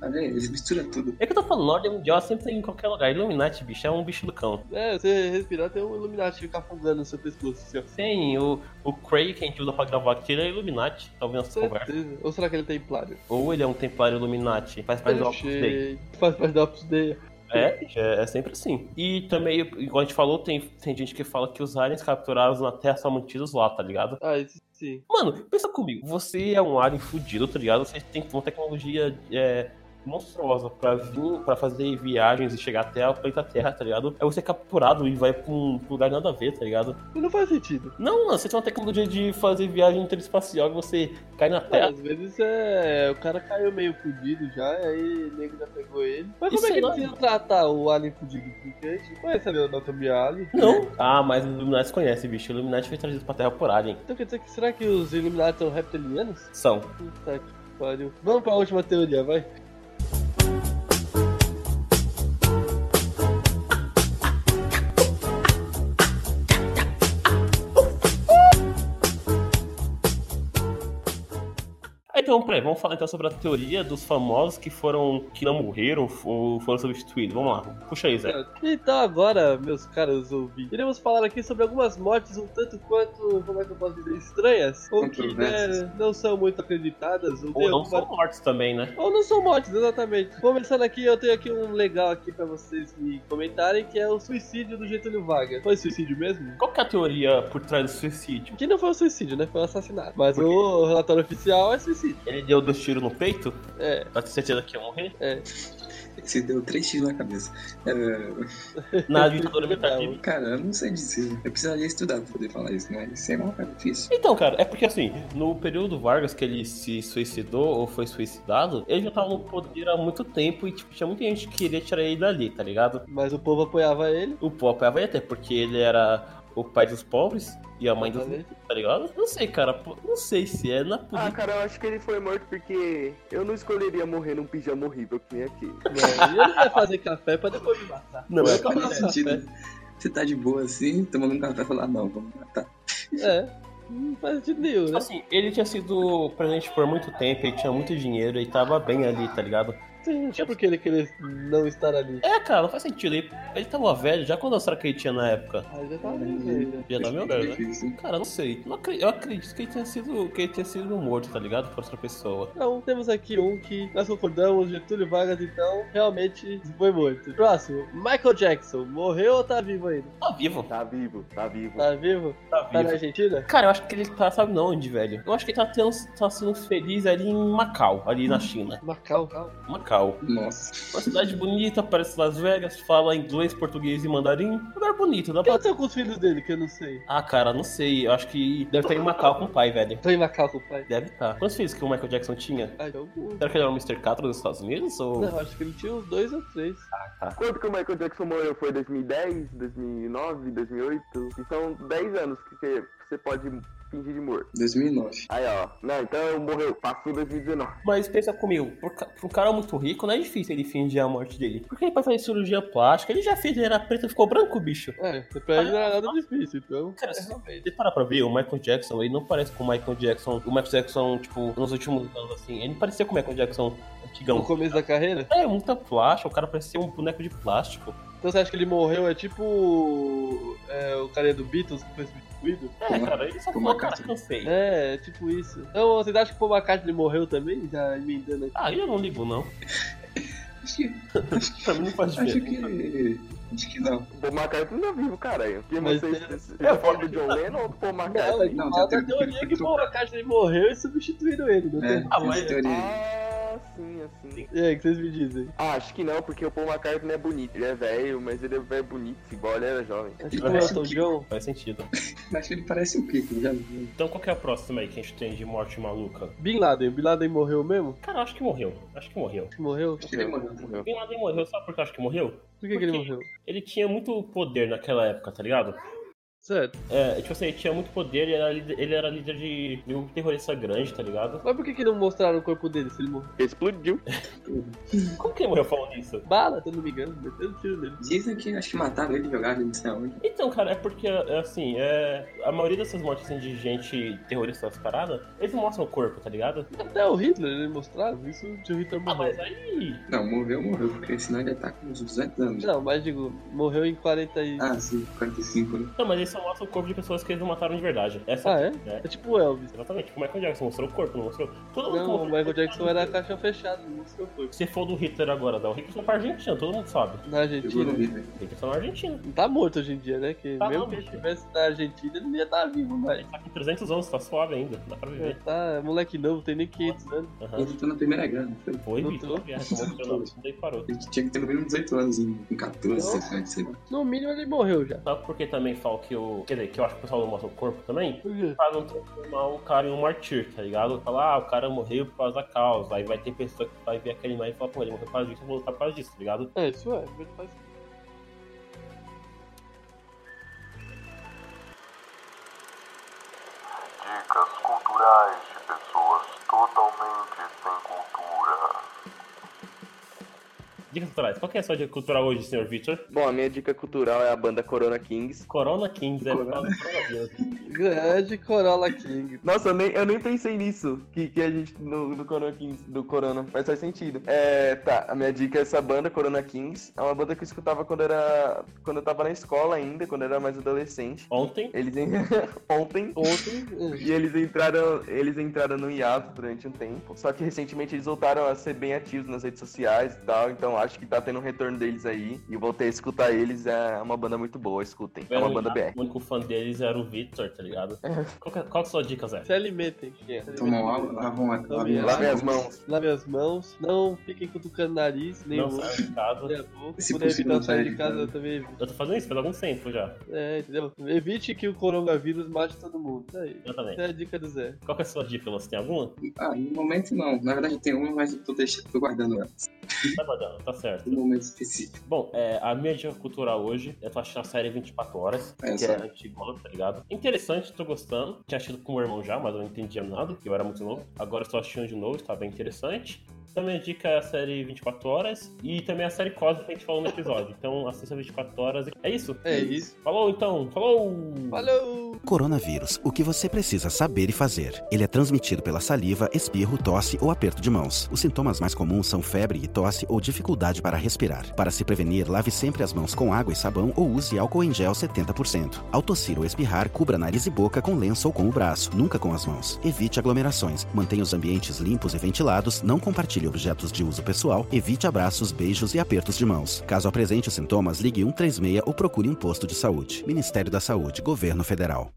[SPEAKER 4] Tá vendo? Eles misturam tudo.
[SPEAKER 1] É que eu tô falando, ordem mundial sempre tem em qualquer lugar. Illuminati, bicho, é um bicho do cão.
[SPEAKER 2] É, você respirar tem um Illuminati ficar afundando no seu pescoço, assim, ó.
[SPEAKER 1] Tem o, o Cray, que a gente usa pra gravar aqui, ele é Illuminati, talvez nessa conversa.
[SPEAKER 2] Certeza. Ou será que ele tem plário?
[SPEAKER 1] Ou ele é um Templário Illuminati, faz parte do Opus Dei.
[SPEAKER 2] Ele Faz parte da Opus Dei.
[SPEAKER 1] É, é, é sempre assim. E também, igual a gente falou, tem, tem gente que fala que os aliens capturados na Terra são mantidos lá, tá ligado?
[SPEAKER 2] Ah, isso sim.
[SPEAKER 1] Mano, pensa comigo, você é um alien fudido, tá ligado? Você tem uma tecnologia é, monstruosa pra vir, pra fazer viagens e chegar até o planeta Terra, tá ligado? Aí você é capturado e vai pra um lugar nada a ver, tá ligado?
[SPEAKER 2] E não faz sentido.
[SPEAKER 1] Não, mano, você tem uma tecnologia de fazer viagem interespacial e você cai na
[SPEAKER 2] É,
[SPEAKER 1] Terra.
[SPEAKER 2] às vezes é. O cara caiu meio fudido já, e aí o nego já pegou ele. Mas
[SPEAKER 1] E
[SPEAKER 2] como é que
[SPEAKER 1] sei lá,
[SPEAKER 2] eles iam tratar o alien fudido? Porque a gente não conhece a anatomia alien.
[SPEAKER 1] Não. Ah, mas o Illuminati conhece, bicho. O Illuminati foi trazido pra Terra por alien.
[SPEAKER 2] Então quer dizer que será que os Illuminati são reptilianos?
[SPEAKER 1] São.
[SPEAKER 2] Puta que pariu. Vamos pra última teoria, vai.
[SPEAKER 1] Ah, Então, peraí, vamos falar então sobre a teoria dos famosos que foram, que não morreram ou foram substituídos. Vamos lá, puxa aí, Zé.
[SPEAKER 2] Então agora, meus caros ouvintes, iremos falar aqui sobre algumas mortes um tanto quanto, como é que eu posso dizer, estranhas, ou que né,
[SPEAKER 4] Controversas.
[SPEAKER 2] não são muito acreditadas, ou, tem
[SPEAKER 1] Ou não
[SPEAKER 2] alguma-
[SPEAKER 1] foram mortos também, né?
[SPEAKER 2] ou não são mortes, exatamente. Começando aqui, eu tenho aqui um legal aqui pra vocês me comentarem, que é o suicídio do Getúlio Vargas. Foi suicídio mesmo?
[SPEAKER 1] Qual que é a teoria por trás do suicídio?
[SPEAKER 2] Que não foi um suicídio, né? Foi um assassinato. Mas
[SPEAKER 1] Por quê?
[SPEAKER 2] o relatório oficial é suicídio.
[SPEAKER 1] Ele deu dois tiros no peito?
[SPEAKER 2] É.
[SPEAKER 1] Pra ter certeza que ia [LAUGHS] morrer?
[SPEAKER 4] Você deu três tiros na cabeça. É,
[SPEAKER 1] Na ditadura
[SPEAKER 2] É,
[SPEAKER 1] militar.
[SPEAKER 4] cara, eu não sei dizer. Eu precisaria estudar pra poder falar isso, né? Isso é uma cara difícil.
[SPEAKER 1] Então, cara, é porque assim, no período do Vargas que ele se suicidou ou foi suicidado, ele já tava no poder há muito tempo e, tipo, tinha muita gente que queria tirar ele dali, tá ligado?
[SPEAKER 2] Mas o povo apoiava ele.
[SPEAKER 1] O Pop vai até porque ele era o pai dos pobres e a mãe dos
[SPEAKER 2] Exatamente.
[SPEAKER 1] ricos, tá ligado? Não sei, cara. pô, Não sei se é na
[SPEAKER 7] Ah,
[SPEAKER 1] política.
[SPEAKER 7] cara, eu acho que ele foi morto porque eu não escolheria morrer num pijama horrível que nem
[SPEAKER 3] [LAUGHS]
[SPEAKER 7] aqui.
[SPEAKER 2] Não, "É, e ele ia fazer café pra depois me
[SPEAKER 1] [LAUGHS]
[SPEAKER 2] matar.
[SPEAKER 1] Não, é
[SPEAKER 4] Mas
[SPEAKER 1] que eu né?
[SPEAKER 4] faz
[SPEAKER 1] não
[SPEAKER 4] nem
[SPEAKER 1] sei.
[SPEAKER 4] sentido. Você tá de boa assim, tomando um café e falar, não, vamos matar.
[SPEAKER 2] É. Não faz sentido nenhum,
[SPEAKER 1] Tipo
[SPEAKER 2] né?
[SPEAKER 1] Assim, ele tinha sido presidente por muito tempo, ele tinha muito dinheiro e tava bem ali, tá ligado?
[SPEAKER 2] Sim, não tinha por que ele querer não estar ali.
[SPEAKER 1] É, cara, não faz sentido. Ele, ele tava velho, já quando será que ele tinha na época?
[SPEAKER 2] Ah, já tá vendo.
[SPEAKER 1] Já tá meio
[SPEAKER 4] Acho é
[SPEAKER 1] velho, né?
[SPEAKER 4] difícil.
[SPEAKER 1] Cara, não sei. Não acre- eu acredito que ele tenha sido. que ele tenha sido morto, tá ligado? Por outra pessoa.
[SPEAKER 2] Então, temos aqui um que nós concordamos, Getúlio Vargas, então, realmente foi morto. Próximo, Michael Jackson. Morreu ou tá vivo ainda?
[SPEAKER 1] Tá vivo.
[SPEAKER 7] Tá vivo, tá vivo.
[SPEAKER 2] Tá vivo?
[SPEAKER 1] Tá
[SPEAKER 2] Tá na
[SPEAKER 1] vivo.
[SPEAKER 2] Argentina?
[SPEAKER 1] Cara, eu acho que ele tá, sabe não onde, velho? Eu acho que ele tá, tendo, tá sendo feliz ali em Macau, ali na China.
[SPEAKER 2] Macau.
[SPEAKER 1] Macau.
[SPEAKER 4] Nossa.
[SPEAKER 1] Uma cidade bonita, parece Las Vegas, fala inglês, português e mandarim. Lugar bonito, dá
[SPEAKER 2] O que
[SPEAKER 1] pra.
[SPEAKER 2] aconteceu com os filhos dele, que eu não sei?
[SPEAKER 1] Ah, cara, não sei. Eu acho que deve estar em Macau com o pai, velho.
[SPEAKER 2] Tô em Macau com o pai.
[SPEAKER 1] Deve estar. Quantos filhos que o Michael Jackson tinha?
[SPEAKER 2] Ah, então... um.
[SPEAKER 1] Será que ele era o Mr. Catra dos Estados Unidos? Ou.
[SPEAKER 2] Não, acho que ele tinha uns dois ou três.
[SPEAKER 7] Quanto que o Michael Jackson morreu? Foi 2010, 2009, 2008? Então, 10 anos que você, que você pode
[SPEAKER 3] fingir de morto.
[SPEAKER 4] 2009.
[SPEAKER 3] Aí, ó. Não, então eu morreu. Passou 2019.
[SPEAKER 1] Mas pensa comigo, por ca- pra um cara muito rico não é difícil ele fingir a morte dele. Porque ele pode fazer cirurgia plástica, ele já fez, ele era preto e ficou branco, bicho.
[SPEAKER 2] É, pra ele não era nada difícil, então.
[SPEAKER 1] Cara, se você parar pra ver, o Michael Jackson, ele não parece com o Michael Jackson. O Michael Jackson, tipo, nos últimos anos, assim, ele não parecia com o Michael Jackson
[SPEAKER 2] No
[SPEAKER 1] antigão.
[SPEAKER 2] começo da carreira?
[SPEAKER 1] É, muita plástica, o cara parecia um boneco de plástico.
[SPEAKER 2] Então você acha que ele morreu? É tipo. é, o cara do Beatles que foi substituído?
[SPEAKER 1] É, cara, ele só
[SPEAKER 4] Paul
[SPEAKER 1] falou, cara,
[SPEAKER 4] McCartney.
[SPEAKER 1] cansei.
[SPEAKER 2] É, é tipo isso. Então vocês acham que o Paul McCartney morreu também? Já emendando aqui.
[SPEAKER 1] Ah, eu não ligo, não. [LAUGHS]
[SPEAKER 4] Acho que. Acho que.
[SPEAKER 1] Pra mim não faz
[SPEAKER 4] Acho
[SPEAKER 1] diferença.
[SPEAKER 4] que. Acho que não.
[SPEAKER 3] O Paul McCartney não é vivo, caralho. Quem
[SPEAKER 2] Mas
[SPEAKER 3] vocês.
[SPEAKER 2] tem-
[SPEAKER 3] Vocês é, falam do John Lennon ou do Paul McCartney?
[SPEAKER 4] Não,
[SPEAKER 2] Fala
[SPEAKER 4] tem
[SPEAKER 2] da
[SPEAKER 4] a teoria
[SPEAKER 2] teoria
[SPEAKER 4] que
[SPEAKER 2] é que o
[SPEAKER 4] foi
[SPEAKER 2] Paul McCartney morreu e substituíram ele, não
[SPEAKER 4] É,
[SPEAKER 2] tem?
[SPEAKER 1] Ah,
[SPEAKER 4] tem
[SPEAKER 1] mas-
[SPEAKER 4] essa teoria aí.
[SPEAKER 3] Ah, sim, assim.
[SPEAKER 2] E aí, o que vocês me dizem?
[SPEAKER 3] Ah, acho que não, porque o Paul McCartney é bonito. Ele é velho, mas ele é velho bonito, igual ele era jovem.
[SPEAKER 2] É tipo o
[SPEAKER 1] parece
[SPEAKER 2] Elton
[SPEAKER 4] que-
[SPEAKER 2] John?
[SPEAKER 1] Faz sentido.
[SPEAKER 4] Acho que ele parece o Kiko, já viu.
[SPEAKER 1] Então qual que é a próxima aí que a gente tem de morte maluca?
[SPEAKER 2] Bin Laden. Bin Laden morreu mesmo?
[SPEAKER 1] Cara, eu acho que morreu. Acho que morreu.
[SPEAKER 2] Acho que morreu?
[SPEAKER 4] Acho que ele morreu.
[SPEAKER 1] Bin Laden morreu, sabe por que eu acho que morreu?
[SPEAKER 2] Por que, que ele
[SPEAKER 1] Por quê?
[SPEAKER 2] morreu?
[SPEAKER 1] Ele tinha muito poder naquela época, tá ligado?
[SPEAKER 2] Certo.
[SPEAKER 1] É, tipo assim, ele tinha muito poder, ele era líder, ele era líder de, de um terrorista grande, tá ligado?
[SPEAKER 2] Mas por que, que não mostraram o corpo dele se ele morreu?
[SPEAKER 3] Explodiu.
[SPEAKER 1] Como que ele morreu falando isso?
[SPEAKER 2] Bala, se eu não me engano, metendo tiro nele.
[SPEAKER 4] Dizem que acho que mataram ele, jogaram ele, não sei aonde.
[SPEAKER 1] Então, cara, é porque, é assim, é... a maioria dessas mortes assim, de gente terrorista parada, eles não mostram o corpo, tá ligado?
[SPEAKER 2] Até o Hitler, ele mostrava isso de o Hitler
[SPEAKER 1] Ah,
[SPEAKER 2] morreu.
[SPEAKER 1] mas aí...
[SPEAKER 4] Não, morreu, morreu, porque senão ele ia estar com uns 200 anos.
[SPEAKER 2] Não, mas digo, morreu em 40 e...
[SPEAKER 4] Ah, sim, 45, né?
[SPEAKER 1] Não, mas eles só mostram o corpo de pessoas que eles não mataram de verdade. Essa
[SPEAKER 2] Ah, é?
[SPEAKER 1] né?
[SPEAKER 2] É tipo o Elvis.
[SPEAKER 1] Exatamente, tipo, o Michael Jackson mostrou o corpo, não mostrou? Todo mundo
[SPEAKER 2] Não,
[SPEAKER 1] mostrou
[SPEAKER 2] o
[SPEAKER 1] o
[SPEAKER 2] Michael
[SPEAKER 1] corpo.
[SPEAKER 2] Jackson era a caixa fechada, não mostrou o corpo.
[SPEAKER 1] Se for do Hitler agora, dá o Hitler foi pra Argentina, todo mundo sabe.
[SPEAKER 2] Na
[SPEAKER 4] Pegou
[SPEAKER 2] Argentina.
[SPEAKER 4] no livro.
[SPEAKER 1] O Hitler tá na Argentina.
[SPEAKER 2] Não tá morto hoje em dia, né? Que
[SPEAKER 1] Tá
[SPEAKER 2] mesmo
[SPEAKER 1] não,
[SPEAKER 2] que ele
[SPEAKER 1] bicho.
[SPEAKER 2] estivesse na Argentina, ele não ia estar vivo mais.
[SPEAKER 1] Ele tá com 300 anos, tá suave ainda, dá pra viver.
[SPEAKER 2] Tá, moleque novo, tem nem 500 anos.
[SPEAKER 1] Aham.
[SPEAKER 4] Ele lutou na primeira guerra, não foi?
[SPEAKER 1] Foi,
[SPEAKER 2] Não
[SPEAKER 1] Vitor,
[SPEAKER 2] tô.
[SPEAKER 1] na guerra, tomou o seu nome, daí parou.
[SPEAKER 4] Ele tinha que ter no mínimo 18 anos, em em 14, 17, sei lá.
[SPEAKER 2] No mínimo ele morreu já.
[SPEAKER 1] Sabe por que também falo que o. Quer dizer, que eu acho que o pessoal não mostra o corpo também?
[SPEAKER 2] Por quê?
[SPEAKER 1] Pra não transformar o cara em um martir, tá ligado? Falar, ah, o cara morreu por causa da causa. Aí vai ter pessoa que vai ver aquele imagem e falar, pô, ele morreu por causa disso, eu vou lutar por causa disso, tá ligado?
[SPEAKER 2] É, isso é, ele faz
[SPEAKER 8] Dicas culturais de pessoas totalmente sem cultura.
[SPEAKER 1] Dicas culturais, qual que é a sua dica cultural hoje, senhor Victor?
[SPEAKER 3] Bom, a minha dica cultural é a banda Corona Kings.
[SPEAKER 1] Corona Kings, é por causa do coronavírus.
[SPEAKER 2] Grande Corolla King.
[SPEAKER 3] Nossa, eu nem, eu nem pensei nisso, que, que a gente, no, do Corona Kings, do Corona, mas faz sentido. É, tá, a minha dica é essa banda, Corona Kings, é uma banda que eu escutava quando era, quando eu tava na escola ainda, quando eu era mais adolescente.
[SPEAKER 1] Ontem,
[SPEAKER 3] Eles, en- ontem,
[SPEAKER 2] Ontem,
[SPEAKER 3] E eles entraram, eles entraram no hiato durante um tempo. Só que recentemente eles voltaram a ser bem ativos nas redes sociais e tal. Então acho que tá tendo um retorno deles aí. E voltei a escutar eles. É uma banda muito boa, escutem. [LAUGHS] É uma banda BR.
[SPEAKER 1] O único fã deles era o Victor, tá ligado? Qual que, é- qual que é a sua dica, Zé?
[SPEAKER 2] se alimentem. Se
[SPEAKER 4] Tomam
[SPEAKER 2] alimentem.
[SPEAKER 4] água, lavam a
[SPEAKER 2] Lavem
[SPEAKER 4] as
[SPEAKER 3] Lavem as mãos.
[SPEAKER 2] Lavem as mãos, não fiquem cutucando o nariz, nem o
[SPEAKER 1] Não
[SPEAKER 2] olho,
[SPEAKER 1] sai de casa.
[SPEAKER 2] nem a boca. Se
[SPEAKER 4] Se
[SPEAKER 2] puder
[SPEAKER 4] possível,
[SPEAKER 2] evitar
[SPEAKER 4] não
[SPEAKER 2] sair
[SPEAKER 4] sai
[SPEAKER 2] de
[SPEAKER 4] de
[SPEAKER 2] casa,
[SPEAKER 4] casa.
[SPEAKER 2] eu também evito.
[SPEAKER 1] Eu tô fazendo isso faz algum tempo já.
[SPEAKER 2] É, entendeu? Evite que o coronavírus mate todo mundo. Tá aí.
[SPEAKER 1] Exatamente.
[SPEAKER 2] Essa é a dica do Zé.
[SPEAKER 1] Qual que é a sua dica, Você Tem alguma?
[SPEAKER 4] Ah, no momento não. Na verdade tem uma, mas eu tô, deixando, tô guardando ela.
[SPEAKER 1] Tá guardando, tá certo.
[SPEAKER 4] No momento específico.
[SPEAKER 1] Bom, é, a minha dica cultural hoje, eu tô assistindo a série 24 horas,
[SPEAKER 4] É,
[SPEAKER 1] que é
[SPEAKER 4] só.
[SPEAKER 1] antigona, tá ligado? Interessante, tô gostando. Tinha assistido com o meu irmão já, mas eu não entendia nada, porque eu era muito novo. Agora eu estou assistindo de novo, está bem interessante. Também a dica é a série 24 horas e também a série Cosmic que a gente falou no episódio. Então assista 24 horas. e- É isso?
[SPEAKER 2] É isso.
[SPEAKER 1] Falou então, falou!
[SPEAKER 2] Falou!
[SPEAKER 9] Coronavírus, o que você precisa saber e fazer. Ele é transmitido pela saliva, espirro, tosse ou aperto de mãos. Os sintomas mais comuns são febre e tosse ou dificuldade para respirar. Para se prevenir, lave sempre as mãos com água e sabão ou use álcool em gel 70%. Ao tossir ou espirrar, cubra nariz e boca com lenço ou com o braço, nunca com as mãos. Evite aglomerações, mantenha os ambientes limpos e ventilados, não compartilhe objetos de uso pessoal, evite abraços, beijos e apertos de mãos. Caso um apresente os sintomas, ligue 136 ou procure um posto de saúde. Ministério da Saúde, Governo Federal.